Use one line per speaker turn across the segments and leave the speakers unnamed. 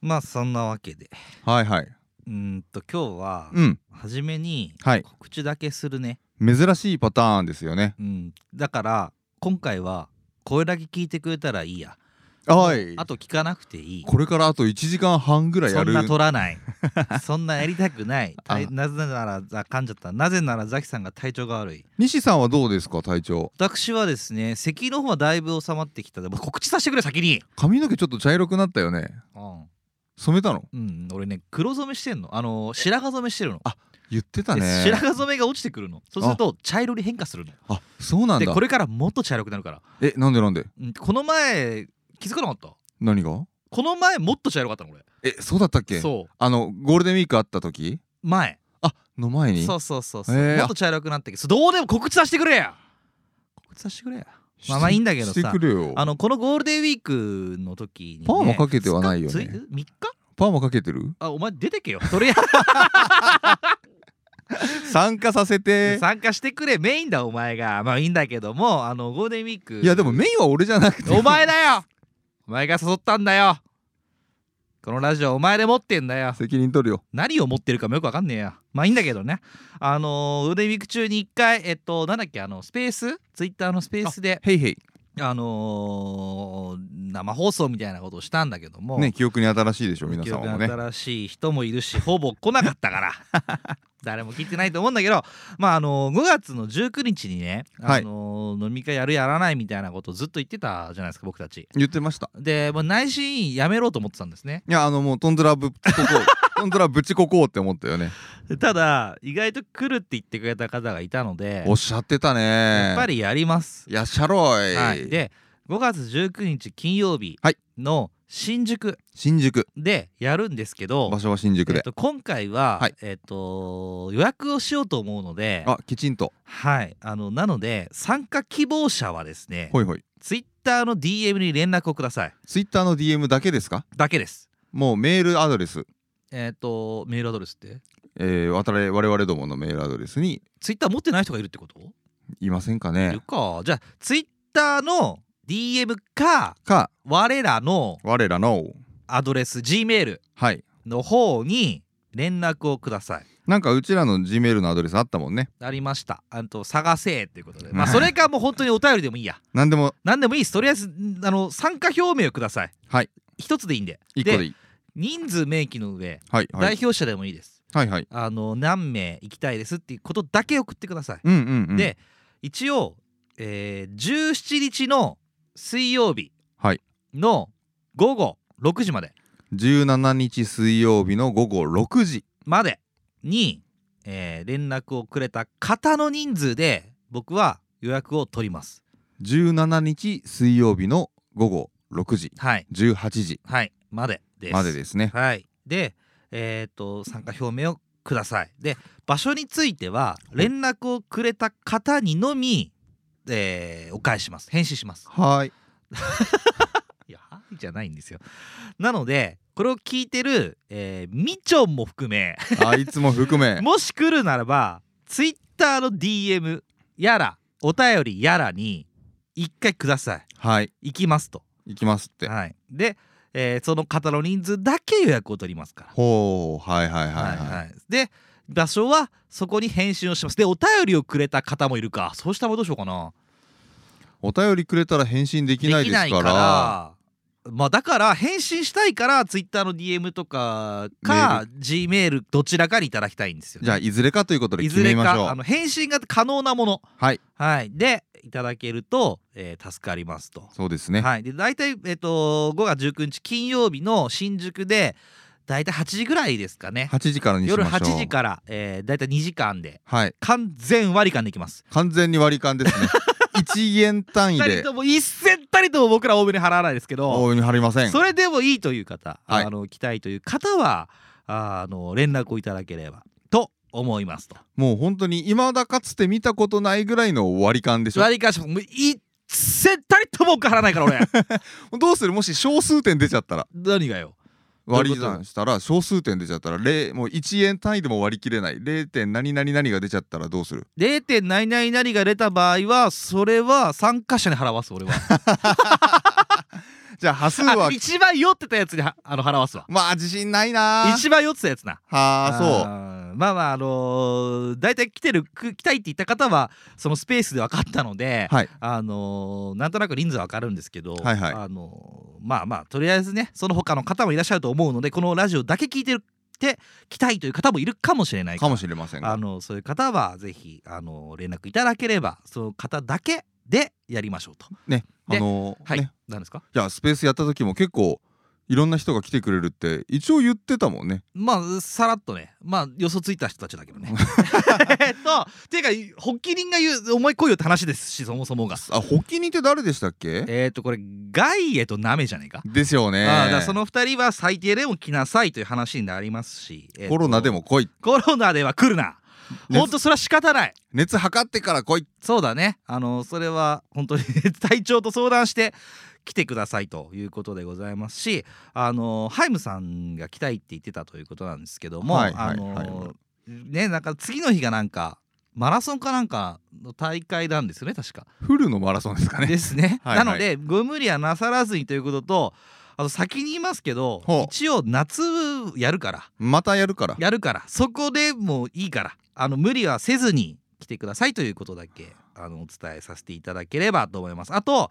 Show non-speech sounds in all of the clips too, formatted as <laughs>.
まあそんなわけで
はいはいう
ーんと今日は
うん
初めに
はい
告知だけするね、
珍しいパターンですよね
うん、だから今回はこれだけ聞いてくれたらいいや
はい
あと聞かなくていい
これからあと1時間半ぐらいや
そん
る
な取らない
<laughs>
そんなやりたくない
あ
たなぜならあ噛んじゃったなぜならザキさんが体調が悪い
西さんはどうですか体調
私はですね咳の方はだいぶ収まってきたでも告知させてくれ先に
髪の毛ちょっと茶色くなったよね
うん、
染めたの
うん、俺ね黒染めしてんのあの白髪染めしてるの
言ってた
で
ね
白髪染めが落ちてくるのそうすると茶色に変化するの
あそうなん
で
だ
これからもっと茶色くなるから、
えなんでなんで
うんこの前気づかなかった
何が
この前もっと茶色かったの俺
えそうだったっけ
そう
あのゴールデンウィークあった時
前
あの前に
そうそうそうそう、
えー
もっと茶色くなったけどどうでも告知させてくれや告知させてくれや
して
まあまあいいんだけどさ
してくれよ
あのこのゴールデンウィークの時に、ね、
パーマかけてはないよね
3日
パーマかけてる
あお前出てけよとりあえ
参加させ
ず
て
参加してくれメインだお前がまあいいんだけどもあのゴールデンウィーク
いやでもメインは俺じゃなくて
お前だよお前が誘ったんだよこのラジオお前で持ってんだよ
<laughs> 責任取るよ
何を持ってるかもよくわかんねえやまあいいんだけどねあのー、ゴールデンウィーク中に一回えっとなんだっけあのスペースツイッターのスペースで
へいへい
あのー、生放送みたいなことをしたんだけども
ね記憶に新しいでしょ皆様もね
新しい人もいるしほぼ来なかったから <laughs> 誰も聞いてないと思うんだけど、まあ、あの5月の19日にね、
はい
あの飲み会やるやらないみたいなことをずっと言ってたじゃないですか僕たち。
言ってました
で、まあ、内心やめろうと思ってたんですね
いやあのもうトンズラぶっちここ
<laughs>
うトンズラぶちここうって思ったよね
ただ意外と来るって言ってくれた方がいたので
おっしゃってたね
やっぱりやります。
やっしゃろい、
はい、で5月19日金曜日
はい
の新宿
新宿
でやるんですけど、
場所は新宿
えっ
で、
と、今回は、
はい
えっと、予約をしようと思うので
あきちんと
はい、あのなので参加希望者はですね
ほいほい
ツイッターの DM に連絡をください
ツイッターの DM だけですか
だけです
もうメールアドレス、
えっ、とメールアドレスって
えー、わたれ我々どものメールアドレスに
ツイッター持ってない人がいるってこと、
いませんか
いる
ね
かじゃあツイッターの DM か
か
我らの
我らの
アドレス Gmail
はい
の方に連絡をください
なんかうちらの G メールのアドレスあったもんね
ありましたあと探せっていうこと
<laughs>
でまあそれかもう本当にお便りでもいいや
何でも
何でもいいですとりあえずんあの参加表明をください
はい
一つでいいんで
一個でいい
人数明記の上、
はいは
代
い
表者でもいいです
はいはい
あの何名行きたいですっていうことだけ送ってください、
うんうんうん
で一応、えー17日の水曜日
はい
の午後6時まで
17日水曜日の午後6時
までに、えー連絡をくれた方の人数で僕は予約を取ります
17日水曜日の午後6時
はい
18時
はいまでです
までですね
はいでえっ、と参加表明をくださいで場所については連絡をくれた方にのみ、えーお返しします返信します
はい
いや、はいじゃないんですよ。なので、これを聞いてる、えーみちょんも含め、
<laughs> あいつも含
<laughs>
め
もし来るならば、ツイッターの DM やら、お便りやらに、一回ください。
はい
行きますと。
行きますって
はい。で、えーその方の人数だけ予約を取りますか
ほうはいはい
ら。
はいはい
い。で、場所はそこに返信をします。で、お便りをくれた方もいるか。そうしたらどうしようかな。
お便りくれたら返信できないですから
らまあだから返信したいから Twitter の DM とかか G メールどちらかにいただきたいんですよね、
じゃあいずれかということで
い
決
ず
め
れ
ましょ
かあ
う
の返信が可能なもの
はい
はいでいただけると、えー助かりますと、
そうですね
はいで大体、えっと5月19日金曜日の新宿で大体8時ぐらいですかね
8時からにしましょ
夜
う
8時から、えー、大体2時間で
はい
完全割り勘できます
完全に割り勘
<laughs>
ですね1円単位
2人
で
とも一銭たりとも僕ら多めに払わないですけど
大いに張りません
それでもいいという方、
はい
あの来たいという方はああの連絡をいただければと思いますと。
もう本当に今だかつて見たことないぐらいの割り勘でしょ
割り返しもう一銭たりとも僕払わないから俺
どうするもし小数点出ちゃったら
何がよ
割り算したら小数点出ちゃったら0もう1円単位でも割り切れない 0. 点何々何が出ちゃったらどうする
0. 点何
<laughs>
々々が出た場合はそれは参加者に払わす俺は
じゃあ端数
あ <laughs>
は
一番酔ってたやつにはあの払わすわ
まあ自信ないな
一番酔ってたやつな
はあそう
うまあまああのー、大体来てるく来たいって言った方はそのスペースで分かったので、
はい
あのーなんとなく人数は分かるんですけど、
はいはい
あのーまあまあとりあえずねその他の方もいらっしゃると思うのでこのラジオだけ聞いてるて来たいという方もいるかもしれない
からもしれませんが
あのそういう方はぜひあの連絡いただければその方だけでやりましょうと。で
あの
はい、
ね
なんですか
いやスペースやった時も結構いろんな人が来てくれるって一応言ってたもんね
まあさらっとねまあ予想ついた人たちだけど
<laughs>
ね。えっとっていうか発起人が言う思い来いよって話ですしそもそもが。
あ発起人って誰でしたっけ
えっ、とこれガイエとナメじゃねえか。
ですよね
ああだからその2人は最低でも来なさいという話になりますし、えーと
コロナでも来い
コロナでは来るな
ね
ほんとそれは仕方ない
熱測ってから来い
そうだねあのそれは本当に <laughs> 体調と相談して来てくださいということでございますしあのハイムさんが来たいって言ってたということなんですけども、
はいはい
あの、
は
ねなんか次の日がなんかマラソンかなんかの大会なんですよね確か。
フルのマラソンですかね
ですね。
はいはい
なのでご無理はなさらずにということとあと先に言いますけど
ほう
一応夏やるから
またやるから
やるからそこでもういいからあの無理はせずに来てくださいということだけあのお伝えさせていただければと思います。あと、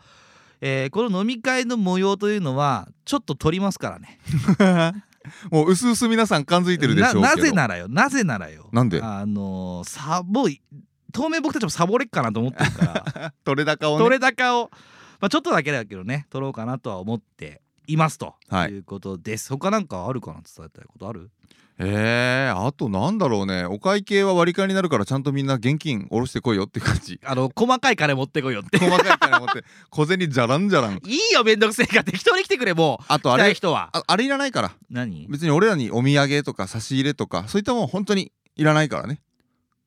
えーこの飲み会の模様というのはちょっと撮りますからね。
<laughs> もう薄々皆さん感づいてるでしょうけど
ななぜならよなぜならよ。
なんで
あのーサボい当面僕たちもサボれっかなと思ってる
<laughs>
から。
取れ高をね
取れ高を、まあ、ちょっとだけだけどね取ろうかなとは思っていますと、
はい
い、うことです他なんかあるかな伝えたいことある
えー、あとなんだろうねお会計は割り勘になるからちゃんとみんな現金下ろしてこいよって感じ <laughs>
あの細かい金持ってこいよって
細かいから持って小銭じゃらんじゃらん
いいよめんどくせえから適当に来てくれも
あ
う
とあ
来たい
れ
人は
ああれいらないから
何
別に俺らにお土産とか差し入れとかそういったもん本当にいらないからね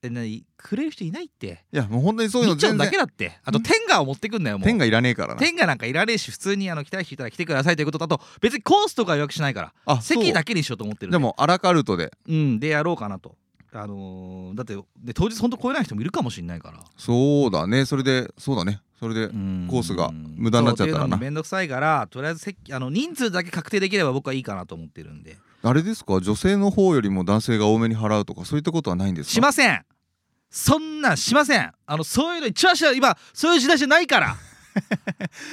え何くれる人いないって
いやもう本当にそういうの
みっちゃ
全
んだけ
然
だってあと天下を持ってくんだよもう
天がいらねえからな
天下なんかいられえし普通にあの来たい人いたら来てくださいということとあと別にコースとか予約しないから
あそう
席だけにしようと思ってるん
でもアラカルトで
うんでやろうかなとあのーだってで当日ほんと来れない人もいるかもしれないから
そうだねそれでそうだねそれで
コ
コースが無駄になっちゃったらな
面倒くさいからとりあえず席あの人数だけ確定できれば僕はいいかなと思ってるんで
あれですか女性の方よりも男性が多めに払うとかそういったことはないんですか
しませんそんなんしませんあのそういうの一番しない今そういう時代じゃないから
<laughs>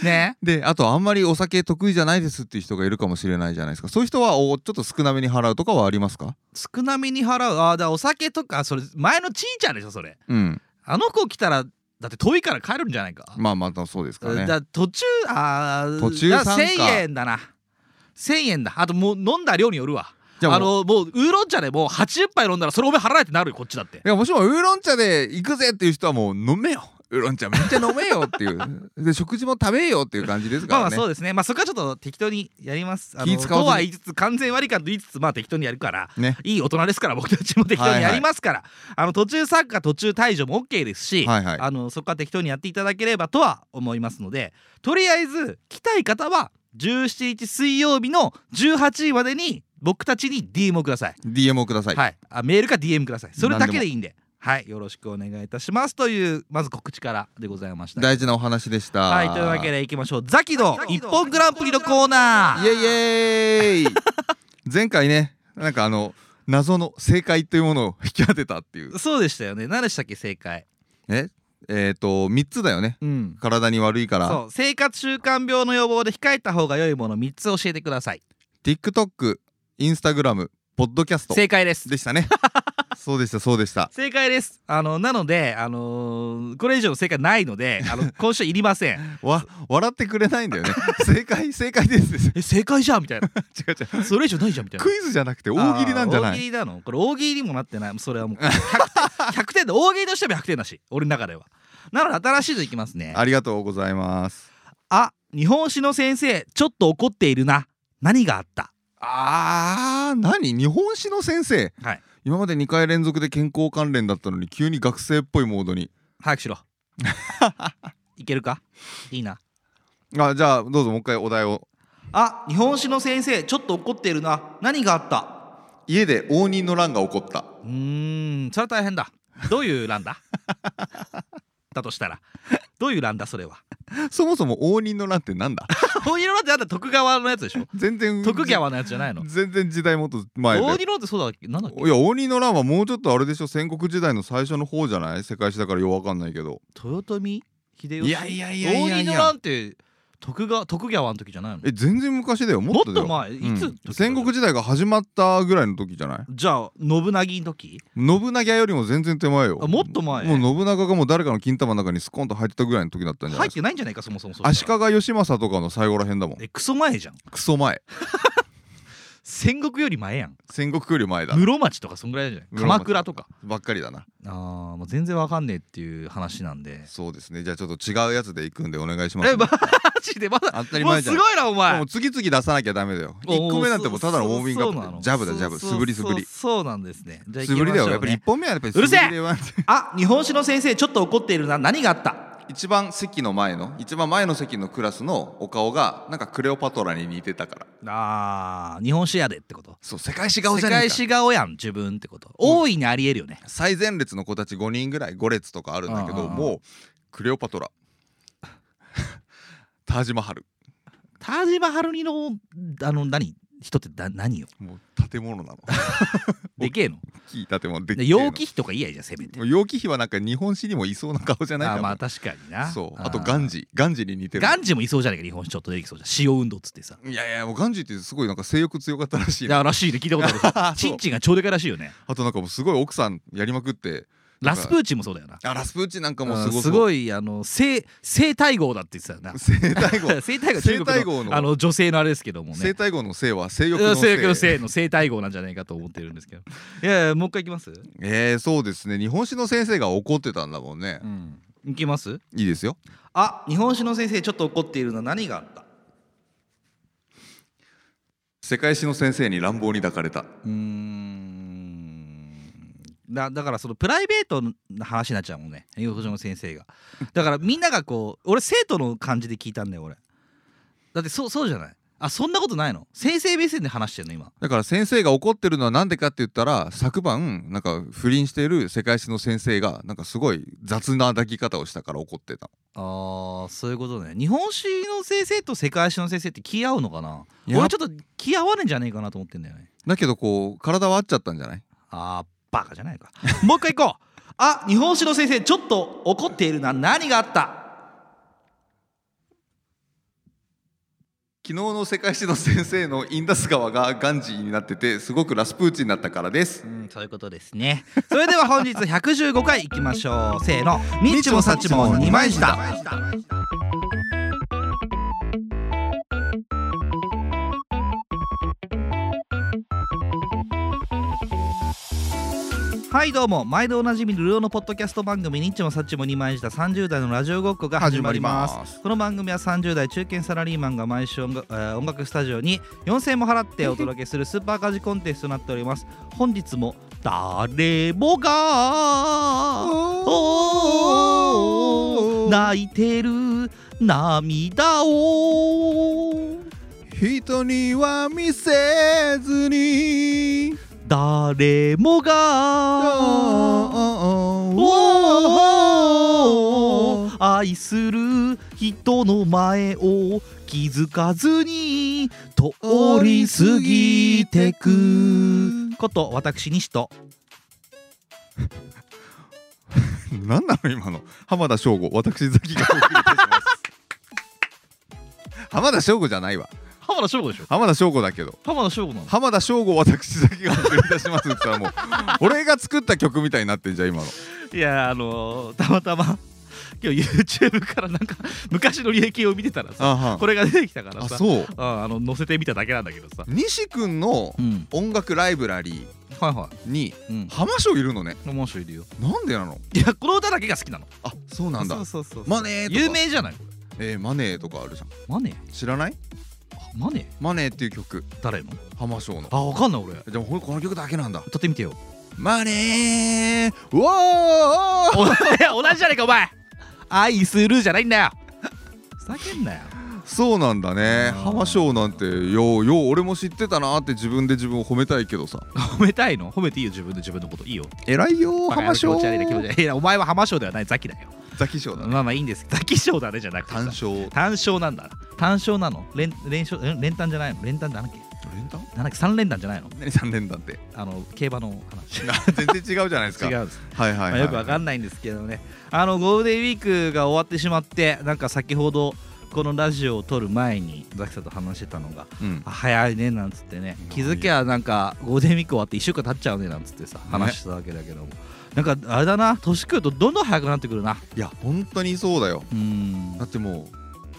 ね
であとあんまりお酒得意じゃないですっていう人がいるかもしれないじゃないですかそういう人はおちょっと少なめに払うとかはありますか
少なめに払うああだからお酒とかそれ前のちいちゃんでしょそれ
うん
あの子来たらだって遠いから帰るんじゃないか、
まあまたそうですか
だ
ね
から途中あー
途中参
だか
加
ら1000円だな1000円だあともう飲んだ量によるわ
じゃあ
あ
もう
のもうウーロン茶でもう80杯飲んだらそれお前払えってなるよこっちだって
いやもちろんウーロン茶で行くぜっていう人はもう飲めよウーロン茶めっちゃ飲めよっていう
<laughs>
で食事も食べよっていう感じですか
まあまあ
らね、
そうですねまあそこはちょっと適当にやりますあ
気
の
使わず
と
に
は言いつつ完全割り勘と言いつつまあ適当にやるから、
ね
いい大人ですから僕たちも適当にやりますから、あの途中参加途中退場も OK ですし、
はいはい
あのそこは適当にやっていただければとは思いますのでとりあえず来たい方は17日水曜日の18時までに僕たちに DM をください、
DM をください、
はいあメールか DM くださいそれだけでいいんではいよろしくお願いいたしますというまず告知からでございました
大事なお話でした
はい、というわけでいきましょう。ザキド一本グランプリのコーナー。
イエイイエーイ前回ねなんかあの謎の正解というものを引き当てたっていう
そうでしたよね。何でしたっけ正解。
ええー、と3つだよね
うん。
体に悪いから
そう、生活習慣病の予防で控えた方が良いもの3つ教えてください。
TikTok インスタグラムポッドキャスト
正解です。
でしたね <laughs> そうでしたそうでした
正解です。あのなので、あのーこれ以上の正解ないので、 <laughs> あの今週いりません。
わ笑ってくれないんだよね <laughs> 正解正解ですです違
え、正解じゃんみたいな。
う違う
それ以上ないじゃんみたい <laughs> な。
クイズじゃなくて大喜利なんじゃ
あー
な
大喜
い
利なのこれ大喜利にもなってないそれはもう 100, 点100点で大喜利としても100点だし俺の中ではなので新しいのいきますね
ありがとうございます
あ、日本史の先生、ちょっと怒っているな。何があった
あー何日本史の先生
はい。
今まで2回連続で健康関連だったのに急に学生っぽいモードに
早くしろ。 <laughs> いけるかいいな。
あじゃあどうぞもう一回お題を
あ、日本史の先生、ちょっと怒っているな。何があった
家で応仁の乱が起こった
うーん、それは <laughs> 大変だ。どういう欄だだとしたら。どういう欄だ、それは。
そもそも応仁の乱ってなんだ
大仁の乱ってあんた徳川のやつでしょ
全然
徳川のやつじゃないの
全然時代もっと前で
大仁の乱ってそうだっけなんだっけ
<laughs> いや応仁の乱はもうちょっとあれでしょ戦国時代の最初の方じゃない世界史だからようわかんないけど
豊臣秀吉
いやいやいやい
大
やい
仁の
や
乱って徳川徳川の時じゃないの
え全然昔だよも
も
っ
っ
とだよ
と前いつ
うん戦国時代が始まったぐらいの時じゃない
じゃあ信長の時
信長よりも全然手前よ
あもっと前
もう信長がもう誰かの金玉の中にスコンと入ってたぐらいの時だったんじゃな
入っ
いですか
てないんじゃないかそもそもそしたら
足利義政とかの最後らへんだもん
えクソ前じゃん
クソ前
戦国より前やん
戦国より前だ
室町とかそんぐらいじゃない
室町
鎌倉とか
ばっかりだな
あーもう全然わかんねえっていう話なんで
そうですねじゃあちょっと違うやつで行くんでお願いします、
えマジでまだ
当たり
もう
前じ
す
ゃん
ごいなお前
もう次々出さなきゃダメだよ
お
1個目なんてもうただのウォーミングア
そうそうな
ッ
の
プジャブだジャブ
そう
素振り素
そう
振り
そうなんですねじゃあ
素振りだよ
行
やっ
きましょう
ぱり
ね
1本目はやっぱり
うるせえ
素振りでワン
あ日本史の先生ちょっと怒っているな何があった
一番席の前の一番前の席のクラスのお顔がなんかクレオパトラに似てたから
あー日本史やでってこと
そう世界史顔
世
じゃねえ
界
か
史顔やん自分ってこと大いにありえるよね
最前列の子たち5人ぐらい5列とかあるんだけ
ああ
ど
ああ
もうクレオパトラ <laughs> タージマハル
田島春美のあの何人ってだ何よ
もう建物なの
でけえの
大きい建物でっけ
で
えの
楊貴妃とかいいやじゃんせめて
もう楊貴妃はなんか日本史にもいそうな顔じゃない
あ
か
ー
も
まあ確かにな
そう
ー
あとガンジガンジに似てる
ガンジもいそうじゃないか日本史ちょっと出てきそうじゃん塩運動っつってさ
いやいやもうガンジってすごいなんか性欲強かったらしい
い
な
やらしいで聞いたことある
あ
さ
<laughs> そ
チ
う
ンチンが超でかいらしいよね
あとなんかもうすごい奥さんやりまくって
ラスプーチンもそうだよな
あラスプーチンなんかも
う
す
ん
ご
すごいあの性性対合だって言ってたよな
そう生態
<laughs>
号
生体号中
生体
国
号
の
の
あの女性のあれですけども
生
ね
態号の性は
う
性
ん
欲
性
の
欲の
性
性の生体号なんじゃないかと思ってるんですけどいやいやもう一回いきます
えー、そうですね日本史の先生が怒ってたんだもんね
う、んいきます
いいですよ
あ日本史の先生ちょっと怒っているのは何があった
世界史の先生に乱暴に抱かれた
うーんだだからそのプライベートな話になっちゃうもんね日本史の先生がだからみんながこう俺生徒の感じで聞いたんだよ俺だってそうそうじゃないあそんなことないの先生目線で話してるの今
だから先生が怒ってるのはなんでかって言ったら昨晩なんか不倫している世界史の先生がなんかすごい雑な抱き方をしたから怒ってた
あーそういうことね日本史の先生と世界史の先生って気合うのかない
や
俺ちょっと気合わねえんじゃねえかなと思ってんだよね
だけどこう体は合っちゃったんじゃない
あーバカじゃないかもう一回行こうあ日本史の先生ちょっと怒っているな何があった
昨日の世界史の先生のインダス川がガンジーになっててすごくラスプーチンになったからです
うんそういうことですねそれでは本日115回いきましょうせーの「ニッチもサッチも二枚舌」はいどうも毎度おなじみルルオのポッドキャスト番組「ニッチもサッチも二枚舌」30代のラジオごっこが始まります
始まります
この番組は30代中堅サラリーマンが毎週音楽,、えー音楽スタジオに4000円も払ってお届けするスーパーカジコンテストとなっております本日も誰もがおー泣いてる涙を
人には見せずに
誰もがおー愛する人の前を気づかずに通り過ぎてくこと私西と
何なの今の浜田省吾私ザキがお送りいたします浜田省吾じゃないわ
浜田省吾でしょ
浜田省吾だけど
浜田省吾なの
浜田省吾私ザキがお送りいたしますって言ったらもう俺が作った曲みたいになってんじゃん今の
いやあのーたまたま今日 YouTube からなんか昔の履歴を見てたらさ
あはん
これが出てきたから
あ
さ
そう
ああの載せてみただけなんだけどさ
西君の
うん
音楽ライブラリ
はいは
ーに
いうん
浜省いるのね
面白い理由
なんでなの
いやこの歌だけが好きなの
あそうなんだ
そうそうそう
マネーとか
有名じゃないこ
えーマネーとかあるじゃん
れマネー
知らない
あマネー
マネーっていう曲
誰の
浜省の
あわかんない俺
でもほんこの曲だけなんだ
歌ってみてよ
マネーウォー
<laughs> おいや同じじゃねえかお前愛するじゃないんだよふざけんなよ
そうなんだね
あー
浜省なんてようよう俺も知ってたなって自分で自分を褒めたいけどさ
褒めたいの褒めていいよ自分で自分のこといいよ
偉いよ
バカ野郎
浜省
気持ち悪いな気持ち悪いいやお前は浜章ではないザキだよ
ザキ賞だね
まあまあいいんですザキ賞だねじゃなくてさ
単勝
単勝なんだ単勝なの連連勝ん連単じゃないの連単だなんだっけ
連弾
なんだっけ三連単じゃないの
何三連弾って
あの競馬の話
な全然違うじゃないです
<laughs>
か
違うんです
はいはい、
ま
は
あ、
い、
よくわかんないんですけどねあのゴールデンウィークが終わってしまってなんか先ほどこのラジオを撮る前にザキさんと話してたのが
うん
あ早いねなんつってね
うん
気づきゃなんかゴールデンウィーク終わって1週間経っちゃうねなんつってさ話してたわけだけども、なんかあれだな年食うとどんどん早くなってくるない
や本当にそうだよ
うん
だってもう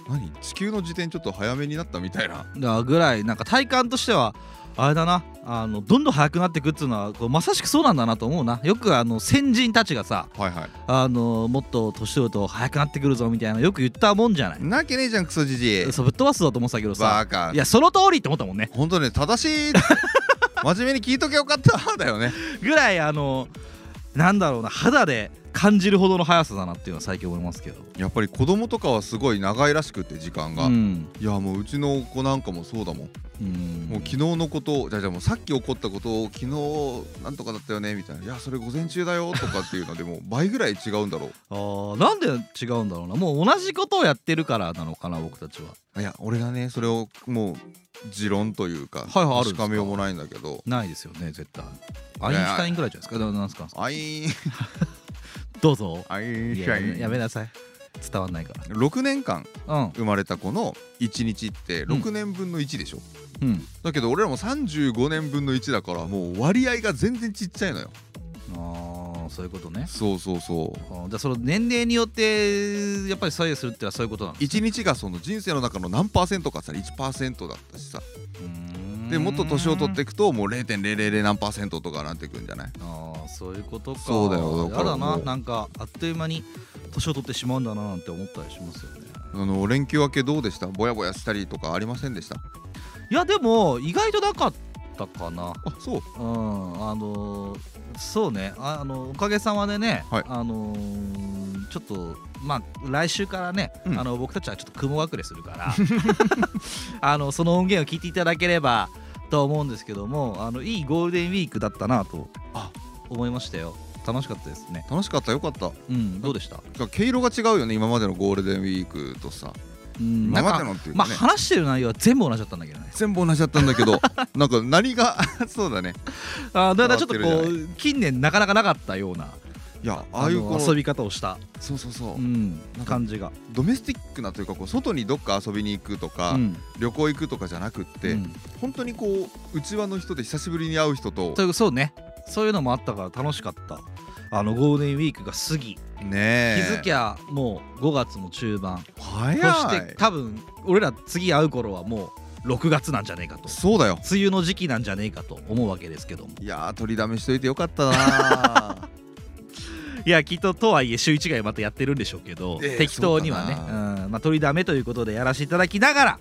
何地球の時点ちょっと早めになったみたいな
だぐらいなんか体感としてはあれだなあのどんどん早くなってくっていうのはこうまさしくそうなんだなと思うなよくあの先人たちがさ
はいはい
あのもっと年取ると早くなってくるぞみたいなよく言ったもんじゃない
なわけねえじゃんクソじじい
そうぶっ飛ばすぞと思ってたけどさ
バカ
いやその通りって思ったもんね
本当ね正しい <laughs> 真面目に聞いとけよかっただよね
ぐらいあのなんだろうな肌で感じるほどの速さだなっていうのは最近思いますけど
やっぱり子供とかはすごい長いらしくって時間が、
うん
いやもううちの子なんかもそうだもん、
うん
もう昨日のことじゃあじゃあもうさっき起こったことを昨日なんとかだったよねみたいな「いやそれ午前中だよ」とかっ
<laughs>
ていうのでもう倍ぐらい違うんだろ
あーなんで違うんだろうなもう同じことをやってるからなのかな僕たちは
ういや俺がねそれをもう持論というか、
はいはいあるんです
確
か
かめようもないんだけど
ないですよね絶対アインシュタインぐらいじゃないですかだからなんすか
アイン
どうぞ
アイン
い
シ
や
ャ
やめ
イ
や
ン
めなさい伝わんないか
6年間
らうん
生まれた子の1日って6年分の1でしょ、
うん
だけど俺らも35年分の1だからもう割合が全然ちっちゃいのよ
ああそういうことね
そうそうそう
あーじゃあその年齢によってやっぱり左右するってのはそういうことなの
1日がその人生の中の何パーセントかさ1%だったしさでもっと年を取っていくともう0.000何パーセントとかなってくんじゃない
ああそういうことか
そうだよ
や
だから
だな
もう
なんかあっという間に年を取ってしまうんだななんて思ったりしますよね
あの連休明けどうでしたぼやぼやしたりとかありませんでした
いやでも意外となかったかな
あそう
うんあのーそうねああのおかげさまでね、
はい
あのーちょっとまあ来週からね、
うん
あの僕たちはちょっと雲隠れするから <laughs> あのその音源を聞いていただければと思うんですけどもあのいいゴールデンウィークだったなと
あ
思いましたよ楽しかったですね
楽しかったよかった
うんどうでした、
毛色が違うよね今までのゴールデンウィークとさ
うんな
今
んか
までのっていう
ま
か
あ
ね
話してる内容は全部同じだったんだけどね
全部同じだったんだけど <laughs> なんか何が <laughs> そうだね
あーだからちょっと
変わ
こ
って
う近年なかなかなかったようない
やああいう
の
この
遊び方をした、
そうそうそう、
うん
なん、か
感じが。
ドメスティックなというかこう外にどっか遊びに行くとか、
うん
旅行行くとかじゃなくって、
うん
本当にこう内輪の人で久しぶりに会う人と
というそうねそういうのもあったから楽しかったあのゴールデンウィークが過ぎ気
ねえ
づきゃもう5月も中盤そ
早
して
い
多分俺ら次会う頃はもう6月なんじゃねえかと
そうだよ
梅雨の時期なんじゃねえかと思うわけですけども
いやー取りだめしといてよかった
<laughs>
な
いやきっととはいえ週1回またやってるんでしょうけど、
ええ
適当にはね
そううか
ん、まあ、取りだめということでやらせていただきながら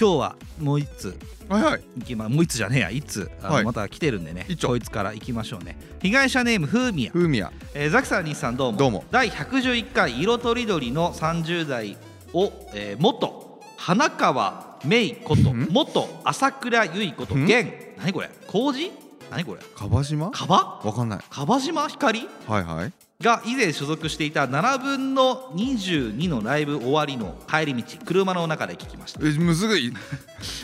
今日はもう1つ
はいはい
行きまもう1つじゃねえや1つあの
はい
また来てるんでね
一丁
こいつから行きましょうね被害者ネームふうみや
ふうみや
えーザキさん西さんどうも
どうも
第111回色とりどりの30代を、えー元花川芽衣こと
ん
元朝倉由衣こと
ん
現何これ麹何これ
樺島
かば
わかんない
かば島ひかり
はいはい
が以前所属していた7分の22のライブ終わりの帰り道車の中で聞きました
えむずぐい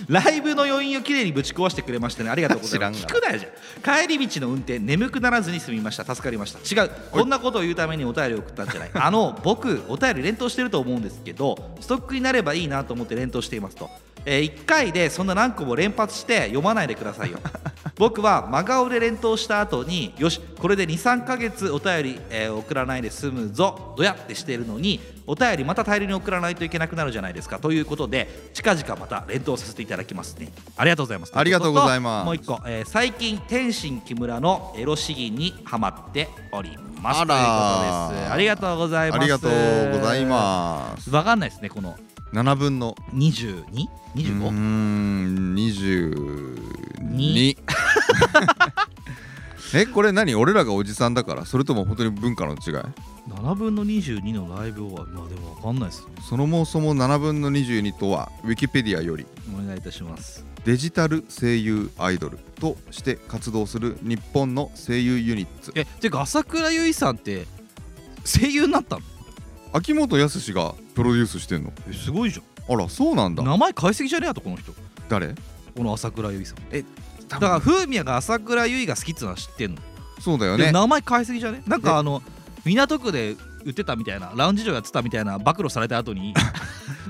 ライブの余韻をきれいにぶち壊してくれましたねありがとうございます
知
聞
らん
くなよじゃん帰り道の運転眠くならずに済みました助かりました違うこんなことを言うためにお便りを送ったんじゃ
<laughs>
ないあの僕お便り連投してると思うんですけどストックになればいいなと思って連投していますと、え1回でそんな何個も連発して読まないでくだ
<laughs>
さいよ僕は真顔で連投した後によしこれで23ヶ月お便り、えー送らないで済むぞどやってしているのにお便りまた大量に送らないといけなくなるじゃないですかということで近々また連投させていただきますねありがとうございます
ありがとうございます
もう一個、えー最近天心木村のエロ詩吟にハマっております
あらー
ということですありがとうございます
ありがとうございます
すわかんないですねこの
7分のうー
22?25?
ん22 <laughs> えこれ何俺らがおじさんだからそれとも本当に文化の違い
7分の22のライブ終わりまあでもわかんないです
そのもそも7分の22とはウィキペディアより
お願いいたします
デジタル声優アイドルとして活動する日本の声優ユニット
えてか朝倉由衣さんって声優になったの
秋元康がプロデュースしてんの
えすごいじ
あらそうなん
ゃ
だ
ん名前解析じゃねえやとこの人
誰
この朝倉優衣さん
だ
だから風味が朝倉優衣が好きっていうのは知ってんの
そうだよ
で
ね
名前変えすぎじゃねなん
ね
かあの港区で売ってたみたいなラウンジ場やってたみたいな暴露された後
<laughs>
に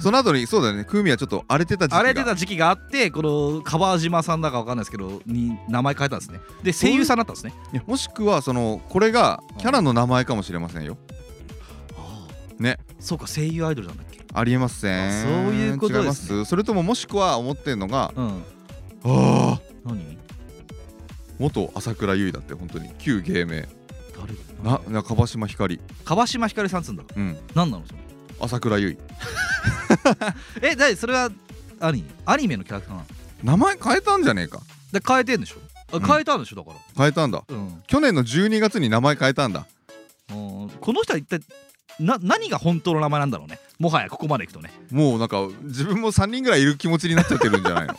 その後にそうだよねクーミはちょっと荒れてた時期が
荒れてた時期があってこの川島さんだかわかんないですけどに名前変えたんですねで声優さんだったんですね
いやもしくはそのこれがキャラの名前かもしれませんよね
そうか声優アイドルなんだっけ
ありえません
あそういうことです
違いますそれとももしくは思ってんのが
うん
ああ
何
元朝倉優衣だって本当に旧芸名
誰
な中川島ひかり
川島ひかりさんっつうんだ
うん
何なのそれ
朝倉優衣
えだそれはアニアニメのキャラクターなの
名前変えたんじゃねえか
で変えてんでしょあ
うん
変えたんでしょだから
変えたんだ
うん
去年の12月に名前変えたんだ
うんこの人は一体な何が本当の名前なんだろうねもはやここまでいくとね
もうなんか自分も3人ぐらいいる気持ちになっちゃってるんじ
<laughs>
ゃないの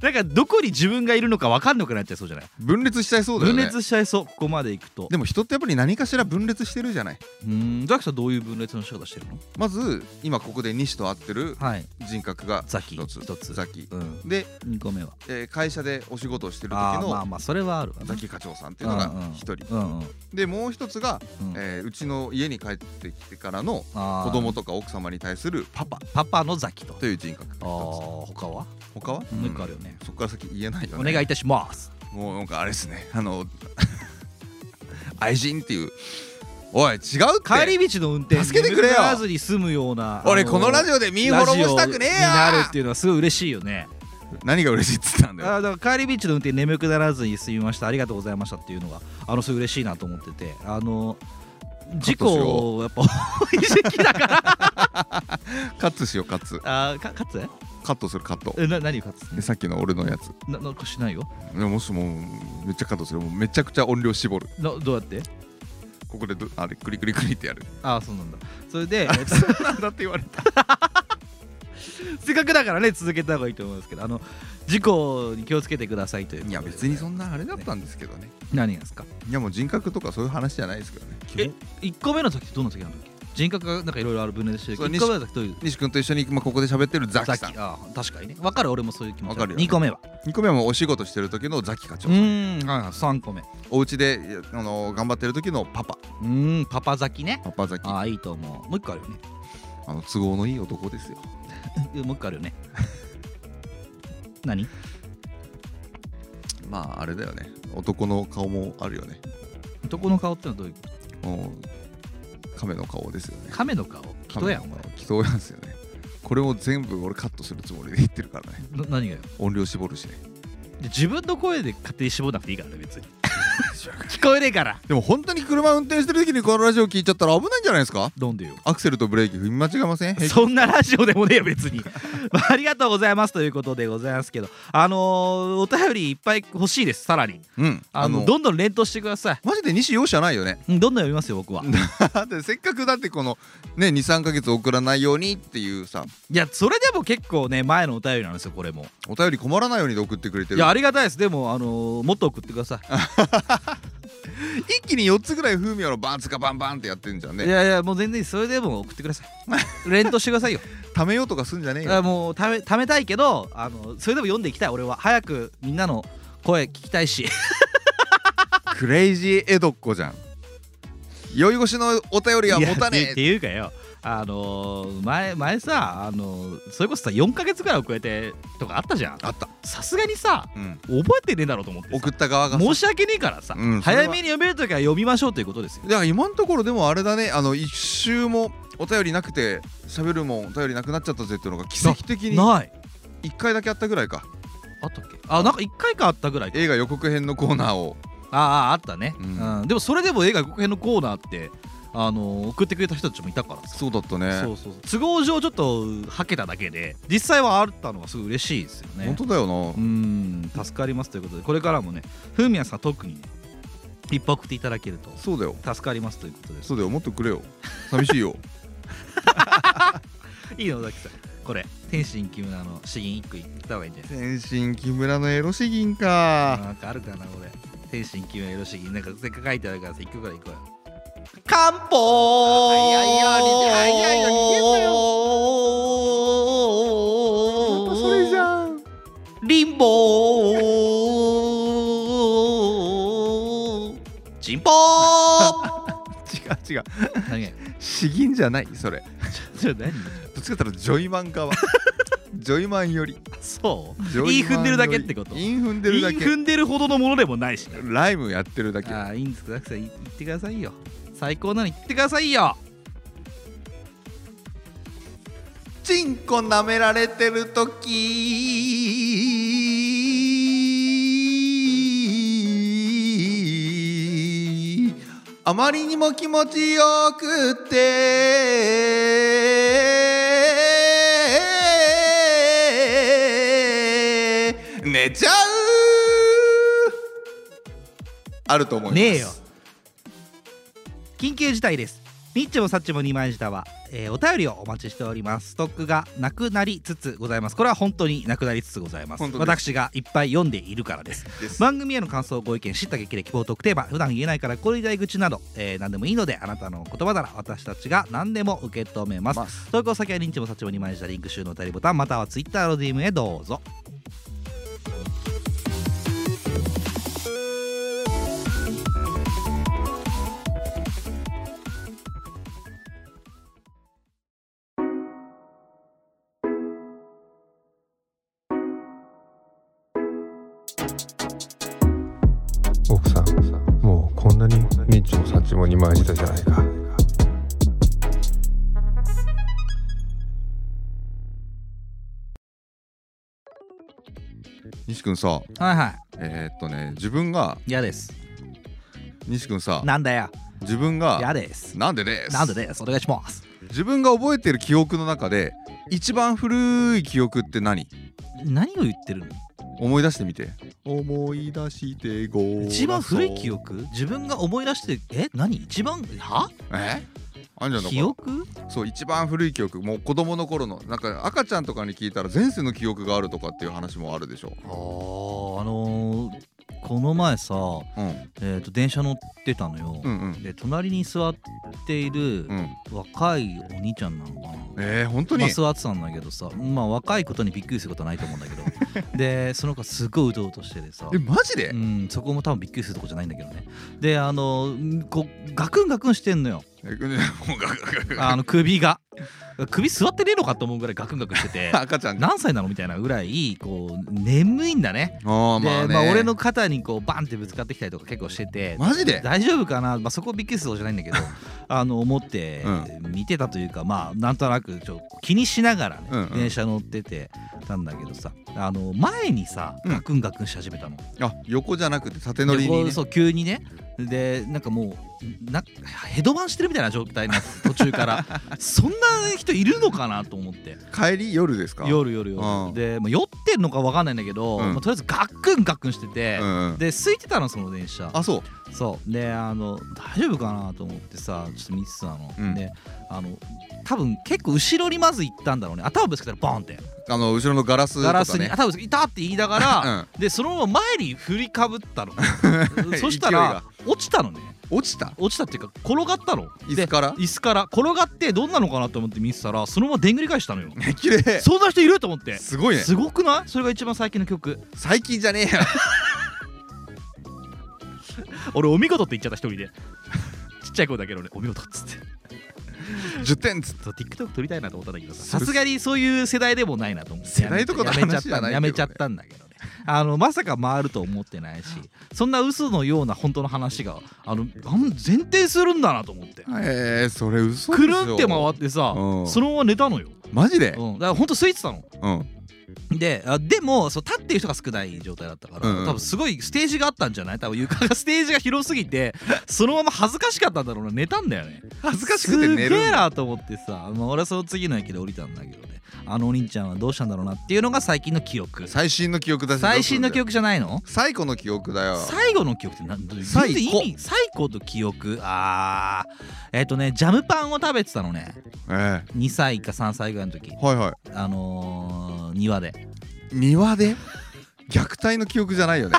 なんかどこに自分がいるのか分かんなくなっちゃいそうじゃない、
分裂しちゃいそうだよ
分
ね
裂しちゃいそうここまでいくと
でも人ってやっぱり何かしら分裂してるじゃないう
ーんザキさんどういう分裂の仕方してるの
まず今ここで西と会ってる
はい
人格が
ザキ
一つ
一つ
ザキ
うん
で、
2個目は
えー会社でお仕事をしてる時
ああまあ
の
まあそれはあるわ
ザキ課長さんっていうのが一人
うんうん
でもう一つが、
うん
えーうちの家に帰ってきてからの
あー
子供とか奥様に対するパパ
パパのザキと
という人格
あ
が
あ
一
他は
つ他は、
もう一個
う
あ
ん
るよね
そこから先言えないよ
お
ね
願いいたします
もうなんかあれですねあの <laughs> 愛人っていうおい違うって
帰り道の運転
助けてくれよ
眠らずに済むような
俺このラジ
オ
オでミーフォローもしたくねえ
になる
や
っていうのはすごい嬉しいよね
何が嬉しいっつったんだよ
あーだから帰り道の運転眠くならずに済みましたありがとうございましたっていうのがあのすごい嬉しいなと思っててあの事故をやっぱ多い時期だから
カッツしようカッツ
<laughs> あーか勝つ
カットするカット
えな何を勝つ
でさっきの俺のやつ
ななんかしないよ
でももしもうめっちゃカットするもうめちゃくちゃ音量絞る
などうやって
ここでどあれクリクリクリってやる <laughs>
ああそうなんだそれでえっと
そうなんだって言われた
せっかくだからね続けた方がいいと思うんですけどあの事故に気をつけてくださいということ
い
で
や別にそんなあれだったんですけどね
何がですか
いやもう人格とかそういう話じゃないですけどね
え1個目の時ってどんな時なんだっけ人格がなんかいろいろある分裂してるけど
そう
1個目の時どういう
西君と一緒に、まあ、ここで喋ってるザキ
さ
さ
っ
ん
きあー確かにね分かる俺もそういう気持ち
わかるよね
2個目は
2個目はもうお仕事してる時のザキ課
う
長さん
ーんはいはい3個目
お家でいやあの頑張ってる時のパパ
うーんパパ咲きね
パパザキ
ああいいと思うもう一個あるよね
あの都合のいい男ですよ
もう一個あるよね何
まああれだよね男の顔もあるよね
男の顔ってのはどういうこと
もう亀の顔ですよね
亀の顔人やんお前
亀の顔人やんですよねこれを全部俺カットするつもりで言ってるからね
な何がよ
音量絞るしね
で自分の声で勝手に絞んなくていいからね <laughs> 別に聞こえねえから
でも本当に車運転してる時にこのラジオ聞いちゃったら危ないんじゃないですか
飲んでよ
アクセルとブレーキ踏み間違えません平
<laughs>
気
そんなラジオでもねえよ別 <laughs> に、まあ、ありがとうございますということでございますけどあのーお便りいっぱい欲しいですさらに
うん
あのどんどん連投してください
マジで西容赦ないよね <laughs>
うんどんどん読みますよ僕は
だってせっかくだってこのね23か月送らないようにっていうさ
いやそれでも結構ね前のお便りなんですよこれも
お便り困らないようにで送ってくれて
い
る
やありがたいですでもあのーもっと送ってください、
一気に4つぐらい風味のバンツカバンバンってやってんじゃん
い
ね
やいやもう全然いいですそれでも送ってくださ
<laughs>
い連投してくださいよ
貯めようとかすんじゃねえよ
あもうためためたいけどあのそれでも読んでいきたい俺は早くみんなの声聞きたいし
クレイジー江戸っ子じゃん酔い越しのお便りは
い
持た
やって
ね
っ
え
ていうかよあのー前前さ、あのーそれこそさ4か月ぐらい遅れてとかあったじゃん
あった、
さすがにさ
うん、
覚えてねえだろうと思ってさ
送った側がさ
申し訳ねえからさ、
うんそれは
早めに読めるときは読みましょうということですよ
いや今のところでもあれだねあの一周もお便りなくて喋るもんお便りなくなっちゃったぜっていうのが奇跡的に
ない
1回だけあったぐらいか
あったっけあなんか1回かあったぐらいか
映画予告編のコーナーを
あああったね、う
うんん
でもそれでも映画予告編のコーナーって、あのー送ってくれた人たちもいたからさ
そうだったね
そうそうそう都合上ちょっとはけただけで実際はあったのはすごい嬉しいですよね
本当だよな、
うーん助かりますということでこれからもねふみやさん特にねいっぱい送っていただけると
そうだよ
助かりますということです
そうだよもっとくれよ寂しい
<laughs>
よ
いいのだきさんこれ天心木村の詩吟一句いった方がいいんじゃないです
天心木村のエロ詩吟
か
か
なんかあるかなこれ天心木村よろしぎなんかせっかく書いてあるからさ一句からいこうよ漢方
早いよ似て早いよ似てんの
よ
それじゃん
リンボーチンポー
<laughs> 違う違う
何が
詩吟じゃないそれ
ちょ何
どっちかっていうとジョイマ
<laughs>
ン側ジョイマンより
そう
ジョイマンより
韻踏んでるだけってこと
韻踏んでるだ
韻
け
踏んでるほどのものでもないし
ライムやってるだけ
ああいいんですか言ってくださいよ最高なの言ってくださいよ
チンコ舐められてる時あまりにも気持ちよくて寝ちゃうあると思います
ねえよ緊急事態ですニッチもサッチも二枚舌は、えーお便りをお待ちしておりますストックがなくなりつつございますこれは本当になくなりつつございます
本当です
私がいっぱい読んでいるからです
です
番組への感想ご意見知った激励希望特テーマ普段言えないからこれ以外口など、えー何でもいいのであなたの言葉なら私たちが何でも受け止めます
ます
投稿先はニッチもサッチも二枚舌リンク収納たりボタンまたはツイッターの DM へどうぞ
奥さんもうこんなにニッチもサッチも二枚舌じゃないか
西君さ
はいはい
えーっとね自分が
嫌です
西君さ
なんだよ
自分が
嫌です
なんでです
なんでですお願いします
自分が覚えてる記憶の中で一番古い記憶って何
何を言ってるの
思い出してみて思い出してごらん
一番古い記憶自分が思い出してえ何一番は
えあんじゃんの
記
か
憶
そう一番古い記憶もう子供の頃のなんか赤ちゃんとかに聞いたら前世の記憶があるとかっていう話もあるでしょ
あーあのーこの前さ、
うん
えー、と電車乗ってたのよ、
うんうん
で隣に座っている
うん
若いお兄ちゃんなのかな、
えー、本当に、
まあ、座ってたんだけどさまあ若いことにびっくりすることはないと思うんだけど
<laughs>
でその子はすごいうとうとしててさ
えマジで、
うん、そこも多分びっくりするとこじゃないんだけどねであのんこうガクンガクンしてんのよ
えもうガガガガ
あの首が首座ってねえのかと思うぐらいガクンガクンしてて
<laughs> 赤ちゃんが
何歳なのみたいなぐらいこう眠いんだね
あー
で、
ま
ま
あ
あ
ね、
俺の肩にこうバンってぶつかってきたりとか結構してて
マジで
大丈夫かな、まあ、そこびっくりするとこじゃないんだけどあの思って見てたというか、まあなんとなくちょっと気にしながらね、
うんうん
電車乗っててたんだけどさあの前にさ
うん
ガクンガクンし始めたの。
あ横じゃなくて縦乗りに、
でこ
ね
う、そう急にねでなんかもうなヘドバンしてるみたいな状態になって途中から
<laughs>
そんな人いるのかなと思って
帰り夜ですか
夜夜夜、
うん
で、まあ、酔ってんのかわかんないんだけど、
うん
まあとりあえずガックンガックンしてて
う、んうん
で空いてたのその電車
あそう
そうであの大丈夫かなと思ってさちょっと見てたの、
うん
であの多分結構後ろにまず行ったんだろうね頭ぶつけたらボンって
あの後ろのガラスとか、ね、
ガラスに頭ぶつけたって言いながら、
うん
でそのまま前に振りかぶった
<laughs>
のそしたら落ちたのね
落ちた
落ちたっていうか転がったの
椅子から
で椅子から転がってどんなのかなと思って見てたらそのままでんぐり返したのよ
綺麗
そんな人いると思って
すごいね
すごくないそれが一番最近の曲
最近じゃね
<laughs>
えよ
俺お見事って言っちゃった一人で <laughs> ちっちゃい声だけど俺お見事っつって
10点っつって
そう TikTok 撮りたいなと思ったんだけどさ
そ
さ
れ
すがにそういう世代でもないなと思って
世代とかの
やめちゃっ
話じ
た
ゃないけどね
やめちゃったんだけどねあのまさか回ると思ってないしそんな嘘のような本当の話があのあん前提するんだなと思って
えー、それ嘘で
く
し
る
ょ
んって回ってさ
うん
そのまま寝たのよ、
マジで
うん、だからほんと空いてたの
うん、
であでもそう立ってる人が少ない状態だったから、
うんうん
多分すごいステージがあったんじゃない多分床がステージが広すぎてそのまま恥ずかしかったんだろうな寝たんだよね
恥ずかしくて寝る
すげえなと思ってさ、まあ、俺はその次の駅で降りたんだけどねあのお兄ちゃんはどうしたんだろうなっていうのが最近の記憶
最新の記憶だし
最新の記
憶
憶じゃないの
最古の記憶だよ
最後の記憶って何どういう
最古
意味最高と記憶あーえっ、とねジャムパンを食べてたのね
ええ
2歳か3歳ぐらいの時
はいはい
あのー庭で
庭で虐待の記憶じ
<laughs>
ゃないよね